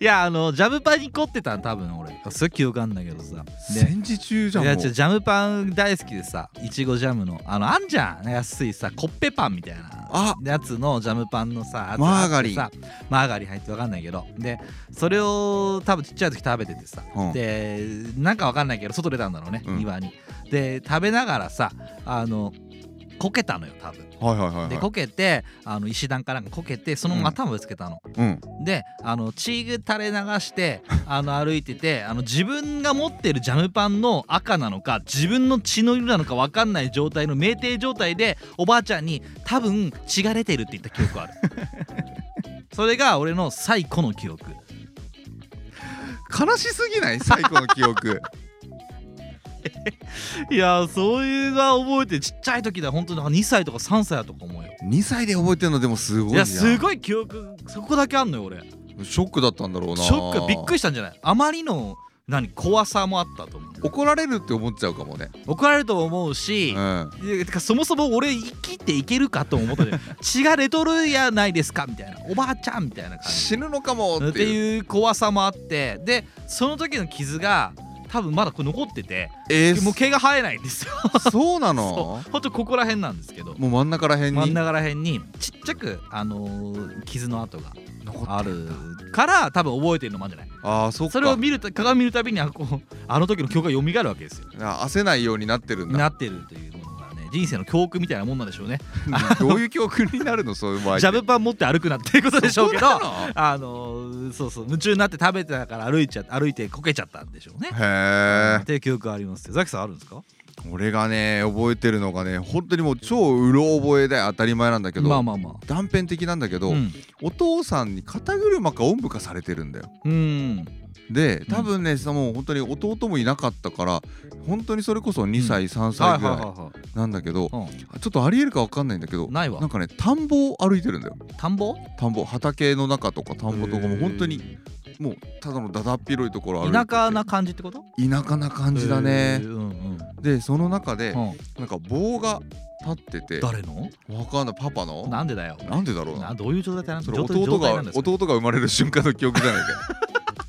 いやあのジャムパンに凝ってたの多分俺すごい記憶あんだけどさで
戦時中じゃ
い
ん
や
も
違うジャムパン大好きでさいちごジャムのあのあんじゃん安いさコッペパンみたいな
あ
やつのジャムパンのさやつ
マーガリン
さマーガリン入ってわかんないけどでそれを多分ちっちゃい時食べててさ、
うん
でなんかわかんないけど外出たんだろうね、
うん
庭にで食べながらさあのこけたのよ多分
うはいはいはい
で
はい
こけてあの石段からこけてそのまま頭ぶつけたの、
うん
であのチーグ垂れ流 <laughs> してあの歩いててあの自分が持ってるジャムパンの赤なのか自分の血の色なのか分かんない状態の酩酊状態でおばあちゃんに「多分血が出てる」って言った記憶 <laughs> あるそれが俺の最古の記憶
悲しすぎない最古の記
<laughs>
憶
いやーそういうのは覚えてちっちゃい時だ本当になんか2歳とか3歳だとか思うよ
2歳で覚えてるのでもすごい
いや
じゃん
すごい記憶そこだけあんのよ俺
ショックだったんだろうな
ショックびっくりしたんじゃないあまりの何怖さもあったと思う
怒られるって思っちゃうかもね
怒られると思うし、
うん
いやてかそもそも俺生きていけるかと思った
<laughs>
じゃん血がレトロやないですかみたいなおばあちゃんみたいな感じ
死ぬのかも
っ
って
て
いう
いう怖さもあってでその時の傷が多分まだこれ残ってて
えー
もう毛が生えないんですよ <laughs>
そうな
そ
の
うほんとここら辺なんですけど
もう真ん中らへんに
真ん中ら辺にちっちゃく、あのー傷の跡が
残って
あるから多分覚えてるのもあるんじゃない
ああそっか
それを見ると鏡見るたびにあこう <laughs> あの時の記憶が蘇るわけですよ
あ焦ないようになってるんだ
なってるというものがね人生の教訓みたいなもんなんでしょうね
<laughs> どういう記憶になるのそういう場合
ジャムパン持って歩くなっていうことでしょうけど
そうなの
<laughs> あのーそうそう夢中になって食べてたから歩いちゃ歩いてこけちゃったんでしょうね。
へえ
っていう記憶がありますけどザキさんあるんですか
俺がね覚えてるのがね本当にもう超うろ覚えで当たり前なんだけど、
まあまあまあ。
断片的なんだけど、
うん
お父さんに肩車かおんぶかされてるんだよ
うん
で多分ね、そのもう本当に弟もいなかったから本当にそれこそ2歳、3歳ぐらい
は
なんだけど、
いは
ちょっとありえるかわかんないんだけど
うん、ないわ
なんかね田んぼを歩いてるんだよ
田んぼ
田んぼ畑の中とか田んぼとかも
へー
本当にもうただのだだっ広いところを歩いて
田
て
舎な感じってこと
田舎な感じだ
へー
ね
うんうん
でその中で
うん
なんか棒が立ってて
誰の
わかんないパパの
なんでだよ。
なんでだろう
な
な
どういう状態なん
それ
状態
弟
状態
が
なんですか
弟が生まれる瞬間の記憶じゃないか
<laughs>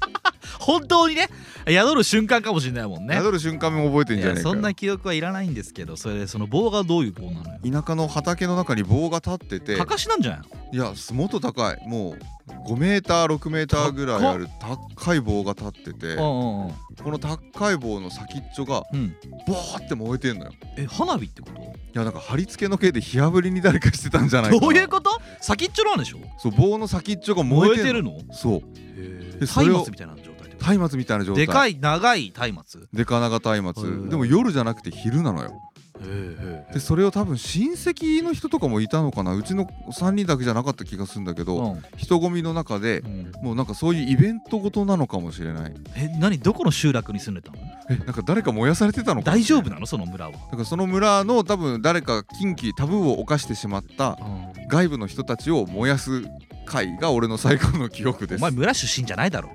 本当にね宿る瞬間かもしれないもんね。
宿る瞬間も覚えて
い
んじゃ
や
ない
そ
か
んな記憶はいらないんですけどそれでその棒がどういう棒なのよ。
田舎の畑の中に棒が立ってて
かかしなんじゃない
いやもっと高いもう5メーター6メーターぐらいある高い棒が立ってて
のうんうん
この高い棒の先っちょが
うんうん。
ボーって燃えてんのよ
え花火ってこと
いやなんか貼り付けの毛で火あぶりに誰かしてたんじゃないかな
どういうこと先っちょなんでしょ
そう棒の先っちょが燃え
燃
て
え
ん
て
の
るの
そう
へ
で
え
それを
松明みたいな状態ってこと
松明みたいな状態
でかい長い松明
でか長松
うん
明でも夜じゃなくて昼なのよ
へ
でそれを多分親戚の人とかもいたのかなうちの3人だけじゃなかった気がするんだけど、
うん
人混みの中で
うん
もうなんかそういうイベントごとなのかもしれない
え何どこの集落に住んでたの
えなんか誰か燃やされてたのかも
大
しれ
丈
な
夫な
い
のその村は
だからその村の多分誰か近畿タブーを犯してしまった外部の人たちを燃やす会が俺の最高の記憶で
お
す
前村出身じゃないだろ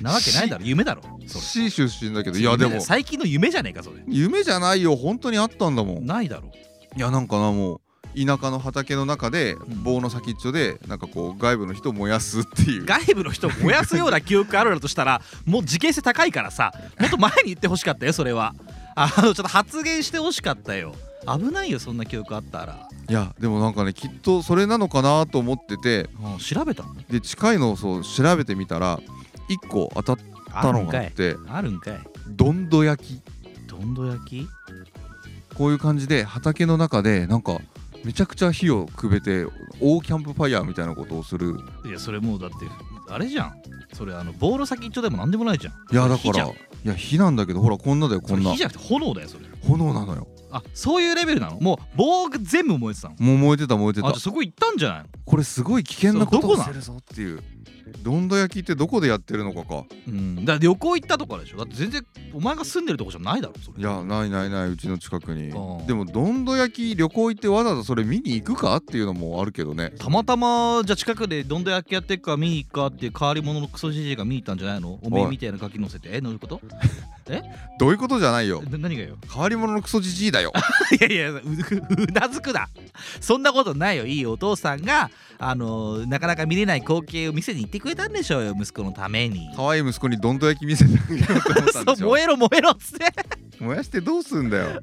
なわけないだろ夢だろそれ
C 出身だけどいや
夢
で
だ
も
よ最近の夢じゃねえかそれ
夢じゃないよ本当にあったんだもん
ないだろ
いやなんかなもう田舎の畑の中で
ん
棒の先っちょでなんかこう外部の人を燃やすっていう
外部の人を燃やすような記憶あるだとしたら <laughs> もう事件性高いからさもっと前に言ってほしかったよそれはあのちょっと発言してほしかったよ危ないよそんな記憶あったら、
いやでもなんかねきっとそれなのかなと思ってて
うん、調べたの
で近いのをそう調べてみたら1個当たったのがあって
あるんかい
どんど焼き
どんど焼き
こういう感じで畑の中でなんかめちゃくちゃ火をくべて大キャンプファイヤーみたいなことをする
いやそれもうだってあれじゃんそれあの棒の先っちょでもなんでもないじゃん
いやだ
火
か
じゃ
ら
ん
いや火なんだけどほらこんなだよこ
そ
ん
れ
な
火じゃなくて炎だよそれ
炎なのよ
あそういうレベルなのもう棒が全部燃えてたの
もう燃えてた燃えて
あ
た
じゃあそこ行ったんじゃない
これすごい危険なこと
そう
を
どこな
してるぞっていうどんど焼きってどこでやってるのかか
のうんだから旅行行ったとかでしょだって全然お前が住んでるとこじゃないだろそれ
いやないないないうちの近くに
うん
でもどんど焼き旅行行ってわざわざそれ見に行くかっていうのもあるけどね
たまたまじゃあ近くでどんどん焼きやってっか見に行くかっていう変わり者のクソじじいが見に行ったんじゃないのおめえみたいなガキ乗せてえどういうことえ
どういうことじゃないよ
な何がよ
変わり者のクソじじい
<laughs>
だよ
いやいやううなずくなそんなことないよいいお父さんがあのなかなか見れない光景を見せに行ってくれたんでしょうよ息子のために
可愛い息子にどんど焼き見せてあげようと思ったんでし
そう
ょ
燃えろ燃えろっつって
燃やしてどうすんだよ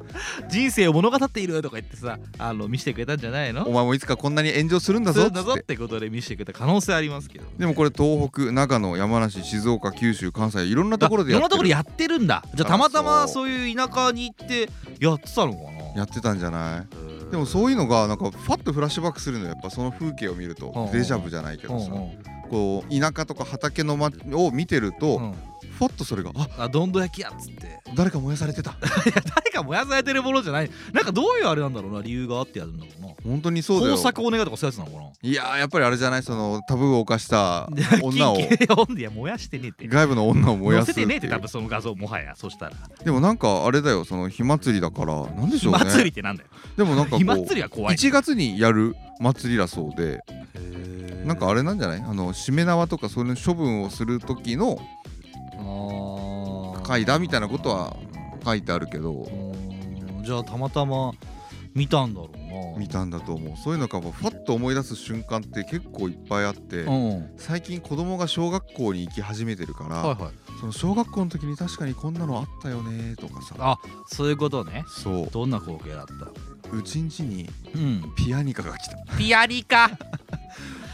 人生を物語っているとか言ってさあの見せてくれたんじゃないの
お前もいつかこんなに炎上するんだぞ
そ
っ
う
つ
だ
っ
ぞっててことで見せてくれた可能性ありますけど
でもこれ東北長野山梨静岡九州関西いろんなところで
い
や
ろんな
っ
と
て
こ
る
ろ
や
やってるんだじゃあたまたまそういう田舎に行ってやってたのかな
ってたんじゃな
うーん
いでもそういうのがなんかファッとフラッシュバックするのよやっぱその風景を見ると
うんうん
デジャブじゃない
う
けどさ
ん
こう田舎とか畑の間を見てると
うんうん
ファッとそれがあ
あどんど焼きやっつって <laughs>
誰か燃やされてた
誰か燃やされてるものじゃないなんかどういうあれなんだろうな理由があってやるんだろうな
本当にそうだ
工
よ
作お願いとかそういうやつなのか
いやーやっぱりあれじゃないそのタブーを犯した
な
女を
緊急で読んでいや燃やしてねえって
外部の女を燃や
載
す
せて
っていう
ねえって多分その画像もはやそしたら
でもなんかあれだよその火祭りだからなんでしょうね
祭りってなんだよ
でもなんかこう
火祭りは怖い
1月にやる祭りだそうでなんかあ
れ
れなんじゃないあのしめ縄とかそういう処分をする時の
階
階段みたいなことは書いてあるけど
じゃあたまたま見たんだろうな
見たんだと思うそういうのがもうファッと思い出す瞬間って結構いっぱいあって
うん
最近子供が小学校に行き始めてるから、
はいはい
その小学校の時に確かにこんなのあったよねとかさ
あそういうことね
そ
どんな光景だった
ううちんちに
うん
ピアニカ
<laughs>
が来た
ピアニカ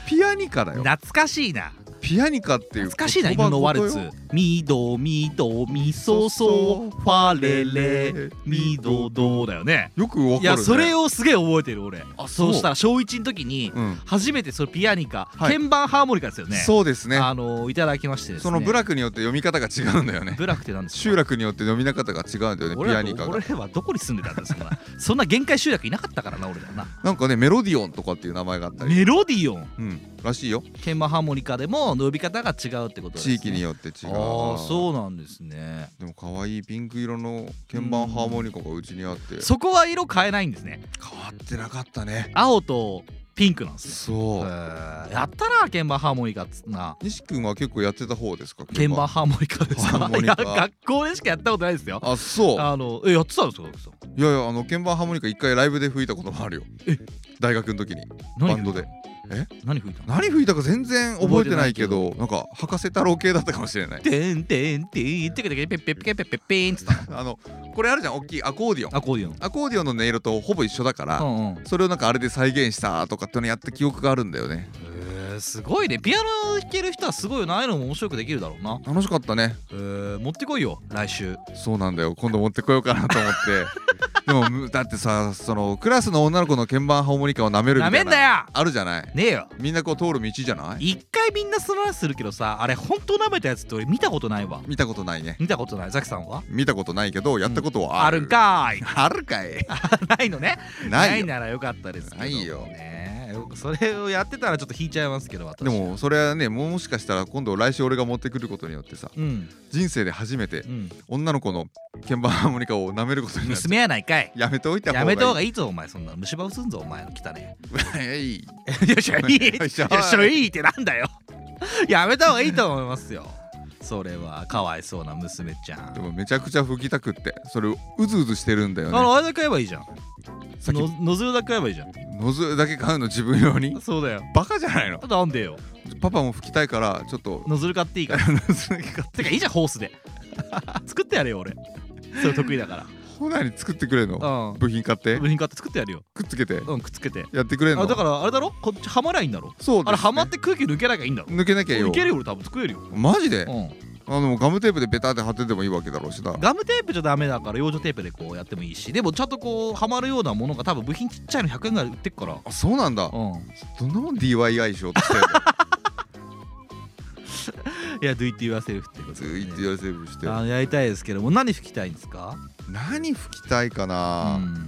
ピアニカだよ
懐かしいな
ピアニカっていう
懐かしいな
言葉
犬のワ
ごとよ
ルツミドミドミソソファレレミドドだよね
よくわかる、ね、
いやそれ
を、
をすげえ覚えてる俺
あそ
そ
う
うしたら小1の時に
うん
初めてそのピアニカ
はい
鍵盤ハーモニカですよね
そうですね
あのいただきましてですね
その部落によって読み方が違うんだよね
部落って何です
<laughs>
か
集落によって読み方が違うんだよね
俺
ピ
ら
ア
と
ニカが
俺らはどこに住んでたんだよそんな <laughs> そんな限界集落いなかったからな俺ら
<laughs>
な
なんかねメロディオンとかっていう名前があったり、
メロディオン
うんらしいよ
鍵盤ハーモニカでも呼び方が違うってことです、
地
ね、
域によって違う
ああそうなんですね
でも可愛いピンク色の鍵盤ハーモニカがうちにあって
そこは色変えないんですね
変わってなかったね
青とピンクなんですね
そ
へ
う
ーやったな鍵盤ハーモニカっつな
西君は結構やってた方ですか
鍵盤ハーモニカです
ハー
か
モ
い
ニ
や
カ
学校でしかやったことないですよ
あそう
あのえやってたんですか奥さん
いやいやあの鍵盤ハーモニカ一回ライブで吹いたこともあるよ大学の時に
何
バンドでえ
何吹いたの
何吹いたか全然覚えてないけ
覚
どなんか博士太郎系だったかもしれない
てんてんてんてけてけペッペッペッペッペッペーンっつったの
あのこれあるじゃん大きいアコーディオン
アコーディオン
アコーディオンの音色とほぼ一緒だから、
うんうん
それをなんかあれで再現したとかってのやった記憶があるんだよね
えー、すごいねピアノ弾ける人はすごいよなああいうのも面白くできるだろうな
楽しかったね
えー、持ってこいよ来週
そうなんだよ今度持ってこようかなと思って <laughs> でもむだってさそのクラスの女の子の鍵盤ハーモニカを舐めるみ
な
たいな
めんだよ
あるじゃない
ねえよ
みんなこう通る道じゃない
一回みんなその話するけどさあれ本当舐めたやつって俺見たことないわ
見たことないね
見たことないザキさんは
見たことないけどやったことは
あ
ある、
るんかーい
あるかい
ないのね
ないよ
ならよかったですけど
ないよ
ねよくそれをやってたらちょっと引いちゃいますけど私
でもそれはねもうもしかしたら今度来週俺が持ってくることによってさ
うん
人生で初めて
うん
女の子の鍵盤ハーモニカを舐めることになっ
<laughs>
て
娘やないかい
やめておいた方が
や
い
め
い
た方がいいぞお前そんなの虫歯うすんぞお前の汚
<laughs>
ね
いい
よっしゃいい
<laughs> よ
よ
っ
っ
し
し
ゃ
ゃいいってなんだよ <laughs> やめた方がいいと思いますよそれはかわいそうな娘ちゃん
でもめちゃくちゃ吹きたくってそれうずうずしてるんだよ
あ
ね
のあれだけ買えばいいじゃん
さっき
のノズルだけ買えばいいじゃん
ノズルだけ買うの自分用に
そうだよ
バカじゃないの
なんでよ
パパも吹きたいからちょっと
ノズル買っていいから
ノズルだけ買って
かいいじゃんホースで <laughs> 作ってやれよ俺それ得意だか
ほなに作ってくれんの
らうん
部品買って
部品買って作ってやるよ
くっつけて
うんくっつけて
やってくれん
あ
の
だからあれだろこっちはまりゃいいんだろ
そうですね
あれはまって空気抜けなきゃいいんだろ
抜けなきゃよ
いけるよ俺多分作れるよ、
マジで
うん、
あのガムテープでベタって貼っててもいいわけだろうしな
ガムテープじゃダメだから養生テープでこうやってもいいしでもちゃんとこうはまるようなものが多分部品ちっちゃいの100円ぐらい売ってっから
あそうなんだ
うん
どんなもん DIY しようとして
<laughs>
る
いや Do it yourself ってこと
ず
でね、
ーっとやりセーブして
あのやりたいですけども何吹きたいんですか
何吹きたいかな、や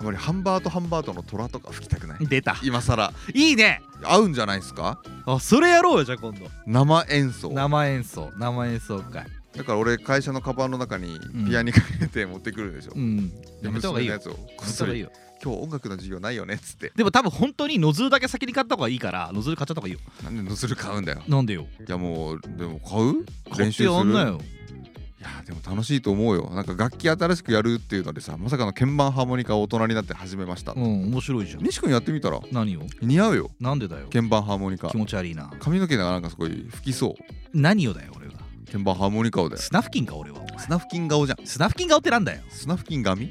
う
っぱりハンバートハンバートの虎とか吹きたくない
ん、出た
今更
いいね
合うんじゃないですか
あそれやろうよじゃあ今度
生演奏
生演奏生演奏会
だから俺会社のカバンの中に
ん
ピアニカ入れて持ってくるでしょ、
うん
で
やめた方がいいよや
娘のやつをこ
めた
っそ
方がいい
り
よ
今日音楽の授業ないよねっつって
でも多分本当にノズルだけ先に買った方がいいからノズル買っちゃった方がいいよ
なんでノズル買うんだよ
なんでよ
いやもうでも買う
買って
練習す
やんな
る
よ
いやでも楽しいと思うよなんか楽器新しくやるっていうのでさまさかの鍵盤ハーモニカを大人になって始めました、
うん面白いじゃん
西君やってみたら
何を
似合うよ
なんでだよ
鍵盤ハーモニカ
気持ち悪いな
髪の毛がなんかすごい吹きそう
何をだよ俺は
鍵盤ハーモニカをだよ
スナフキンか俺はお前
スナフキン顔じゃん
スナフキン顔ってなんだよ <laughs>
スナフキン髪
ち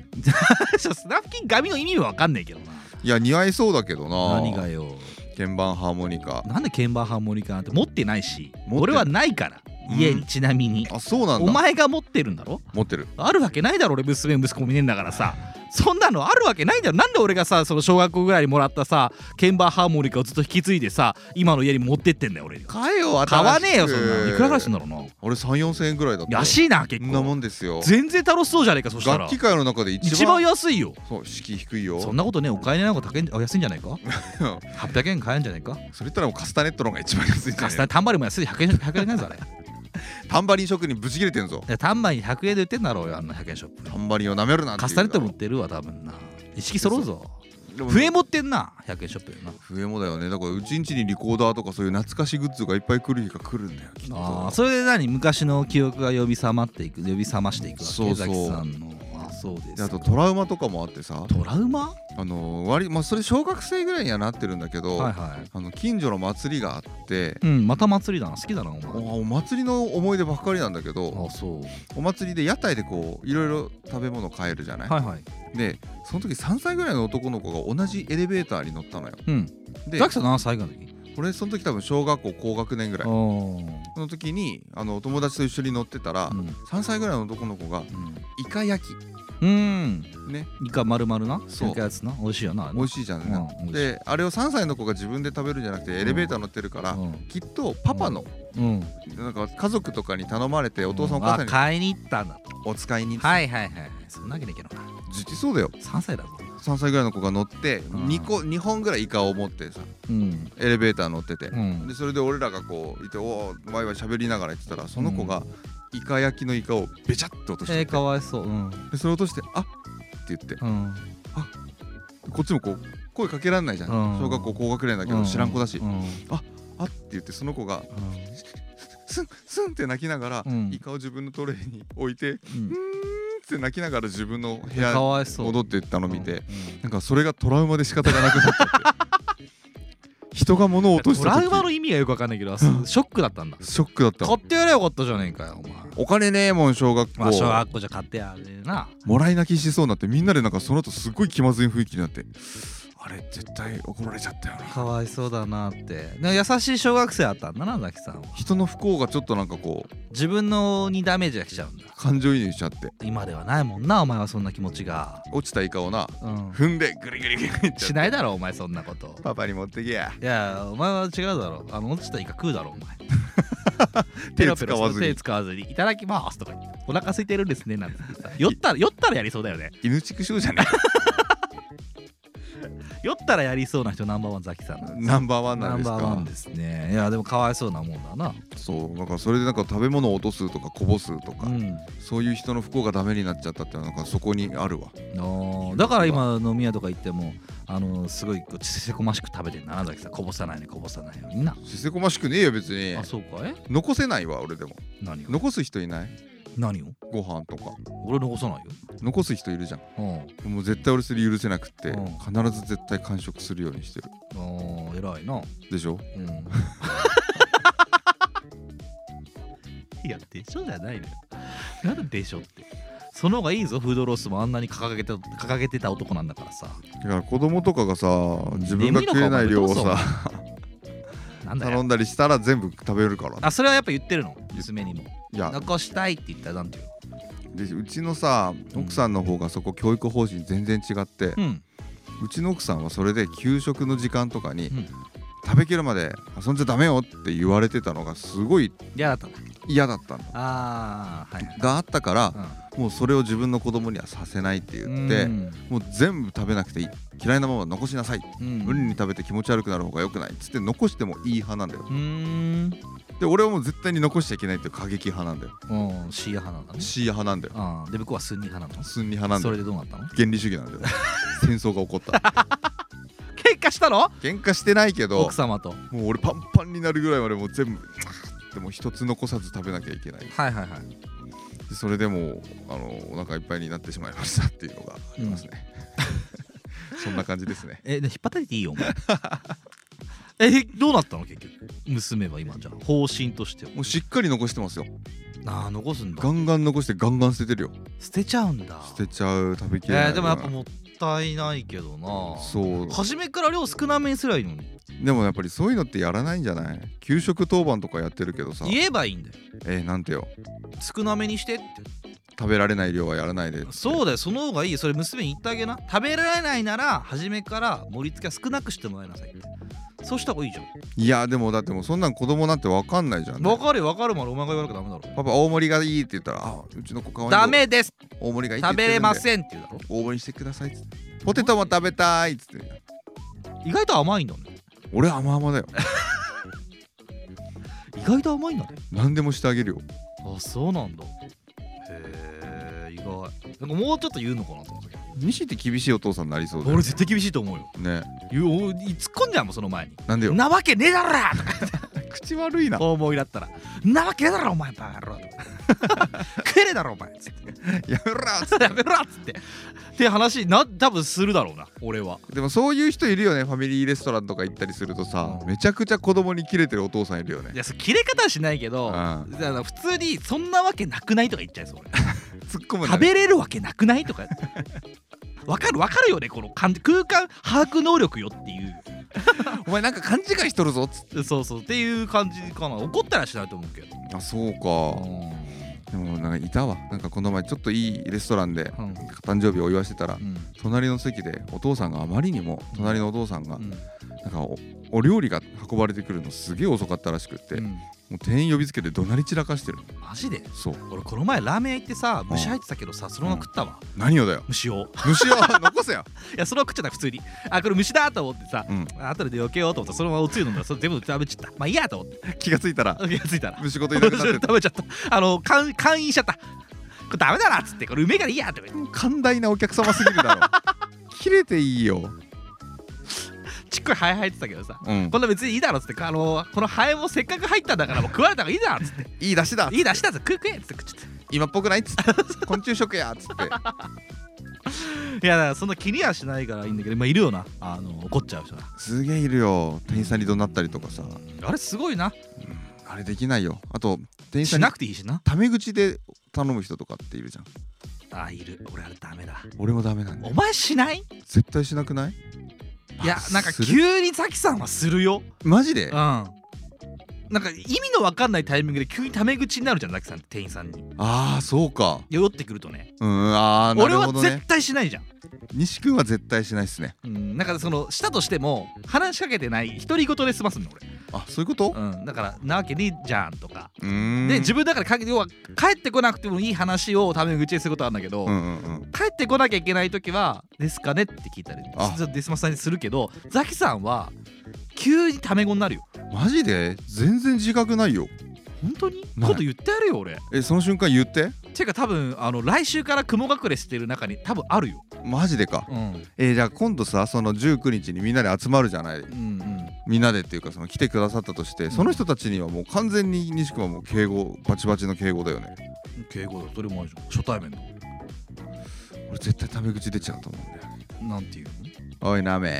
ょスナフキン髪の意味は分かんねえけどない
や似合いそうだけどな
何がよ
鍵盤ハーモニカ
なんで鍵盤ハーモニカなんて持ってないし
持ってない
俺はないから
うん
家にちなみに、
あそうなんだ
お前が持ってるんだろ
持ってる
あるわけないだろ俺娘息子もいねえんだからさそんなのあるわけないんだろなんで俺がさその小学校ぐらいにもらったさ鍵盤ハーモニカをずっと引き継いでさ今の家に持ってってんだよ俺
買えよ
買わねえよそんなの
の
いくらぐらいすんだろうな
俺3 4千円ぐらいだった
安いな
そ
結
んなも
構
んですよ
全然楽しそうじゃねえかそしたら
楽器界の中で一番
一番安いよ
そう敷居低いよ
そんなことねお金なんか高いんあ安いんじゃないか
<laughs>
800円買えんじゃないか
それ言ったらもうカスタネットの方が一番安いじゃ
カ
ん
スタタンバリンも安い100円100円なんです <laughs> あれ
タンバリン職人ブチ切れてんぞ
いやタンバリン100円で売ってんだろうよあんな100円ショップ
タンバリンをなめるなんて
カスタネットも売ってるわ多分な意識揃うぞ笛
笛も
持ってんな100円ショップよな
笛もだよねだからうちんちにリコーダーとかそういう懐かしグッズがいっぱい来る日が来るんだよきっと
あーそれで何昔の記憶が呼び覚まっていく呼び覚ましていくわけ
そうそう
江崎さんのあそうです
であとトラウマとかもあってさ
トラウマは
あの割まあそれ小学生ぐらいにはなってるんだけど、
いはい
あの近所の祭りがあって
うんまた祭りだな好きだなお
お
前
お祭りの思い出ばっかりなんだけど
あそう
お祭りで屋台でこういろいろ食べ物買えるじゃない、
はいはい
でその時3歳ぐらいの男の子が同じエレベーターに乗ったのよ
うん
で
ザキさん何歳ぐらいの時
俺その時多分小学校高学年ぐらい
あ
その時にあの友達と一緒に乗ってたら、
あうん
3歳ぐらいの男の子がイカ焼き
うん
ね
イカ丸々な
そう
焼くやつな美味しいよな
美味しいじゃん、ね
うん美味しい
であれを3歳の子が自分で食べるんじゃなくてエレベーター乗ってるから、
うん
きっとパパの、
うん
なんか家族とかに頼まれてお父さんお
う
母さん
あ
に
買いに行ったんだ
お使いに
はいはいはいそんなわけねえけどな
実そうだよ
3歳だぞ
3歳ぐらいの子が乗って
うん
2個2本ぐらいイカを持ってさ
うん
エレベーター乗ってて
う、ん
でそれで俺らがこういておーワイワイ喋りながら言ってたらその子がイカ焼きのイカをベチャッと落として
え
て、
ー、かわいそううん
でそれ落として「あっ」って言って
うん
こっちもこう声かけられないじゃん、
うん
小学校高学年だけ
う
ど知らん子だし「
うん
あっ」って言ってその子が
うん
スンスンって泣きながら、
うん
イカを自分のトレーに置いて「う
うん
ーん」って泣きながら自分の部
か
屋
わいそう
戻ってったの見て、
うん
なんかそれがトラウマで仕方がなくなったって人が物を落とし
ト
た
ラ
時
ウマの意味がよくわかんないけ
<laughs>
どショックだったんだ
ショックだった
買ってやればよかったじゃねえかよお前
お金ねえもん小学校、
まあ小学校じゃ買ってやれな
もらい泣きしそうになってみんなでなんかその後すっごい気まずい雰囲気になってあれ絶対怒られちゃったよな
かわいそうだなってでも優しい小学生だったんだなザキさんは
人の不幸がちょっとなんかこう
自分のにダメージが来ちゃうんだ
感情移入しちゃって
今ではないもんなお前はそんな気持ちが
落ちたイカをな
うん
踏んでグリグリグリって
しないだろお前そんなこと
パパに持ってけや
いやお前は違うだろあの落ちたイカ食うだろお前ペ
<laughs> 手
ロペロ
使わず
手
に
使わずにいただきますとか言ってお腹空いてるんですねなんて言って
<laughs>
さ酔ったら酔ったらやりそうだよね
犬畜
<laughs>
生じゃない
酔ったらやりそうな人ナンバーワンザキさんなんです
ナンバーワンな
ナ
んで
ン
す
バーワ
か
ンですねいやでもかわいそうなもんだな
そうなんかそれでなんか食べ物を落とすとかこぼすとか、
うん
そういう人の不幸がダメになっちゃったっていうのがそこにあるわ
あーだから今飲み屋とか行ってもあのすごいこうせこましく食べてんだなザキさんこぼさないねこぼさないようにな
せせこましくねえよ別に
あそうかえ
残せないわ俺でも
何を
残す人いない
何を
ご飯とか
俺残さないよ
残す人いるじゃ
うん
んもう絶対俺それ許せなくって、
うん
必ず絶対完食するようにしてる
あー偉いな
でしょ
うん <laughs> いやでしょじゃないのよなんでしょってその方がいいぞフードロスもあんなに掲げて掲げてた男なんだからさ
だから子供とかがさ自分が食えない量を
眠いの
さ
か <laughs> なんだ
頼
よ
んだりしたら全部食べるから
あそれはやっぱ言ってるの娘にも
いや
残したいって言ったらなんていうの
でうちのさ奥さんの方がそこ教育方針全然違って、
うん
うちの奥さんはそれで給食の時間とかに、
うん
食べきるまで遊んじゃダメよって言われてたのがすごい
嫌だったんだ
嫌だったの
ああはいはい
があったから、もうそれを自分の子供にはさせないって
うん
言って、
うん
もう全部食べなくていい嫌いなものは残しなさい、
うん
無理に食べて気持ち悪くなる方が良くないっつって残してもいい派なんだよ
うーん
で俺はもう絶対に残しちゃいけないっていう過激派なんだよ
うんシーア派なんだね
シーア派なんだよ
あーで向こうはスンニ派なの
スンニ派なんだ
それ
よ
でどうなったの
原理主義なんだよ戦争が起
<laughs>
こった
喧嘩したの
喧嘩してないけど
奥様と
もう俺パンパンになるぐらいまでもう全部でもう一つ残さず食べなきゃいけない
はいはいはい
それでもうあのお腹いっぱいになってしまいましたっていうのがありますね、そんな感じですね
えで引っ張たれていいよお
<laughs>
前えどうなったの結局娘は今じゃあ方針としては
もうしっかり残してますよ
あー残すんだ
ガンガン残してガンガン捨ててるよ
捨てちゃうんだ
捨てちゃう食べきれない
えーでもやっぱもったいないけどな
そう
初めから量少なめにすりゃいいのに
でもやっぱりそういうのってやらないんじゃない給食当番とかやってるけどさ
言えばいいんだよ
えーなんてよ
少なめにしてって
食べられない量はやらないで
そうだよその方がいいよそれ娘に言ってあげな食べられないなら初めから盛り付けは少なくしてもらいなさいってそうした方がいいじゃん
いやでもだってもうそんなん子供なんて分かんないじゃん、ね、
分かるよ分かるまでお前が言わなきゃダメだろ
パパ大盛りがいいって言ったらあうちの子かわいいよ
ダメです
大盛りがいいって言
食
って
べれ
るんで
ませんって言うだろ
大盛りしてくださいっつってポテトも食べたいっつって
意外と甘いんだね
俺甘
<laughs>
々だよ
意外と甘いんだね
何でもしてあげるよ
あそうなんだへえ意外なんかもうちょっと言うのかなと思ったけど
西って厳しいお父さんになりそうだよ
俺絶対厳しいと思うよ
ね
言うお突っ込んじゃうもんその前に
なんでよ
なわけねえだろとか
口悪いな
お思いだったらなわけねえだろお前バカ野郎とか
<laughs>
食えねえだろお前つって
やめろっつっ
やめろっつって <laughs> って話な多分するだろうな俺は
てでもそういう人いるよねファミリーレストランとか行ったりするとさ
うん
めちゃくちゃ子供にキレてるお父さんいるよね
いやそれ切れ方はしないけど
うん
だから普通にそんなわけなくないとか言っちゃいそう俺
突っ込むん
食
だよね
べれるわけなくないとかわかるわかるよねこの感じ空間把握能力よっていう
お前なんか勘違いしとるぞっつって
そうそうっていう感じかな怒ったりはしないと思うけど
あそうかでもなんかいたわなんかこの前ちょっといいレストランで
うん
誕生日お祝いしてたら
うん
隣の席でお父さんがあまりにも隣のお父さんが
うん
なんかおお料理が運ばれてくるのすげえ遅かったらしくって、
う
も
ん
う店員呼びつけて怒鳴り散らかしてる
マジで
そう
俺この前ラーメン屋行ってさ虫入ってたけどさそのまま食ったわ
何を <laughs> だよ
虫を
虫は残せよ
いやそのまま食っちゃった普通にあこれ虫だと思ってさ
うん
あ後で避けようと思ったらそのままおつゆ飲んだらそれ全部食べちゃったまあいいやと思って
気がついたら
気がついたら
虫ごといなくなってた
<laughs> 食べちゃったあの勧勧誘しちゃったこれダメだなっつってこれ梅からいいやとか言って
寛大なお客様すぎるだろ <laughs> 切れていいよ
ちっこいハエ入ってたけどさ
うん
こんな別にいいだろっつってあのこのハエもせっかく入ったんだからもう食われた方がいいだろっつって
いい出しだ
いい出したぞ食う食えっつって食っちゃっ
今っぽくないっつって <laughs> 昆虫食やっつって
たいやだからそんな気にはしないからいいんだけどまあいるよなあの怒っちゃう人な
すげえいるよ店員さんに怒鳴ったりとかさ、
あれすごいな
あれできないよあと店員さ
し
んに
なくていいしな
タメ口で頼む人とかっているじゃん
あいる俺あれダメだ
俺もダメなんだ
お
よ
前しない
絶対しなくない
いや
あ
なんか
する
急にザキさんはするよ
マジ
う
で
んなんか意味のわかんないタイミングで急にタメ口になるじゃんザキさんって店員さんに
ああそうか
酔ってくるとね
うんああな
俺
る
は
ほどね
絶対しないじゃん
西君は絶対しないっすね
うんなんかそのしたとしても話しかけてない独り言で済ますんの俺
あそういうこと
うん、だからなわけねえじゃんとか、
うーん
で自分だからか要は帰ってこなくてもいい話をタメ口にすることはあるんだけど、
うんうんうん
帰ってこなきゃいけない時は「ですかね?」って聞いたり
あ
実はデスマスさんにするけどザキさんは急にタメ語になるよ
マジで全然自覚ないよ
本当に
ない
こと言ってやるよ俺
えその瞬間言って
ていうか多分あの来週から雲隠れしてる中に多分あるよ
マジでか
うん
えーじゃあ今度さその19日にみんなで集まるじゃない
うんうん
みんなでっていうかその来てくださったとしてその人たちにはもう完全に西君はもう敬語バチバチの敬語だよね
敬語だそれもあるじゃん初対面の
俺絶対タメ口出ちゃうと思うんだよ
なんていう
おいなめ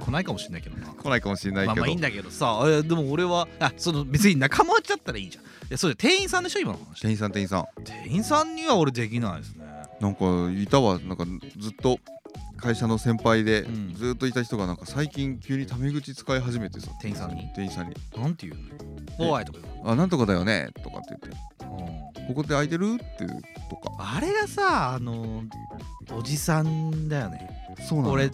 の来ないかもしんないけどな
ー来ないかもしれない
まあ
け
まあ
ど
いいんだけどさえでも俺はあその別に仲間ちゃったらいいじゃんいやそうだよ店員さんでしょ今の話
店員さん店員さん
店員さんには俺できないですね
なんかいたわなんかずっと会社の先輩で
うん
ずっといた人がなんか最近急にタメ口使い始めてさ
店員さんに
店員さんに
なんていうのおいとか
「あなんとかだよね」とかって言って
言う、う
「ここで空いてる?」っていうとか
ん、あれがさあのおじさんだよね
そうなんだ
俺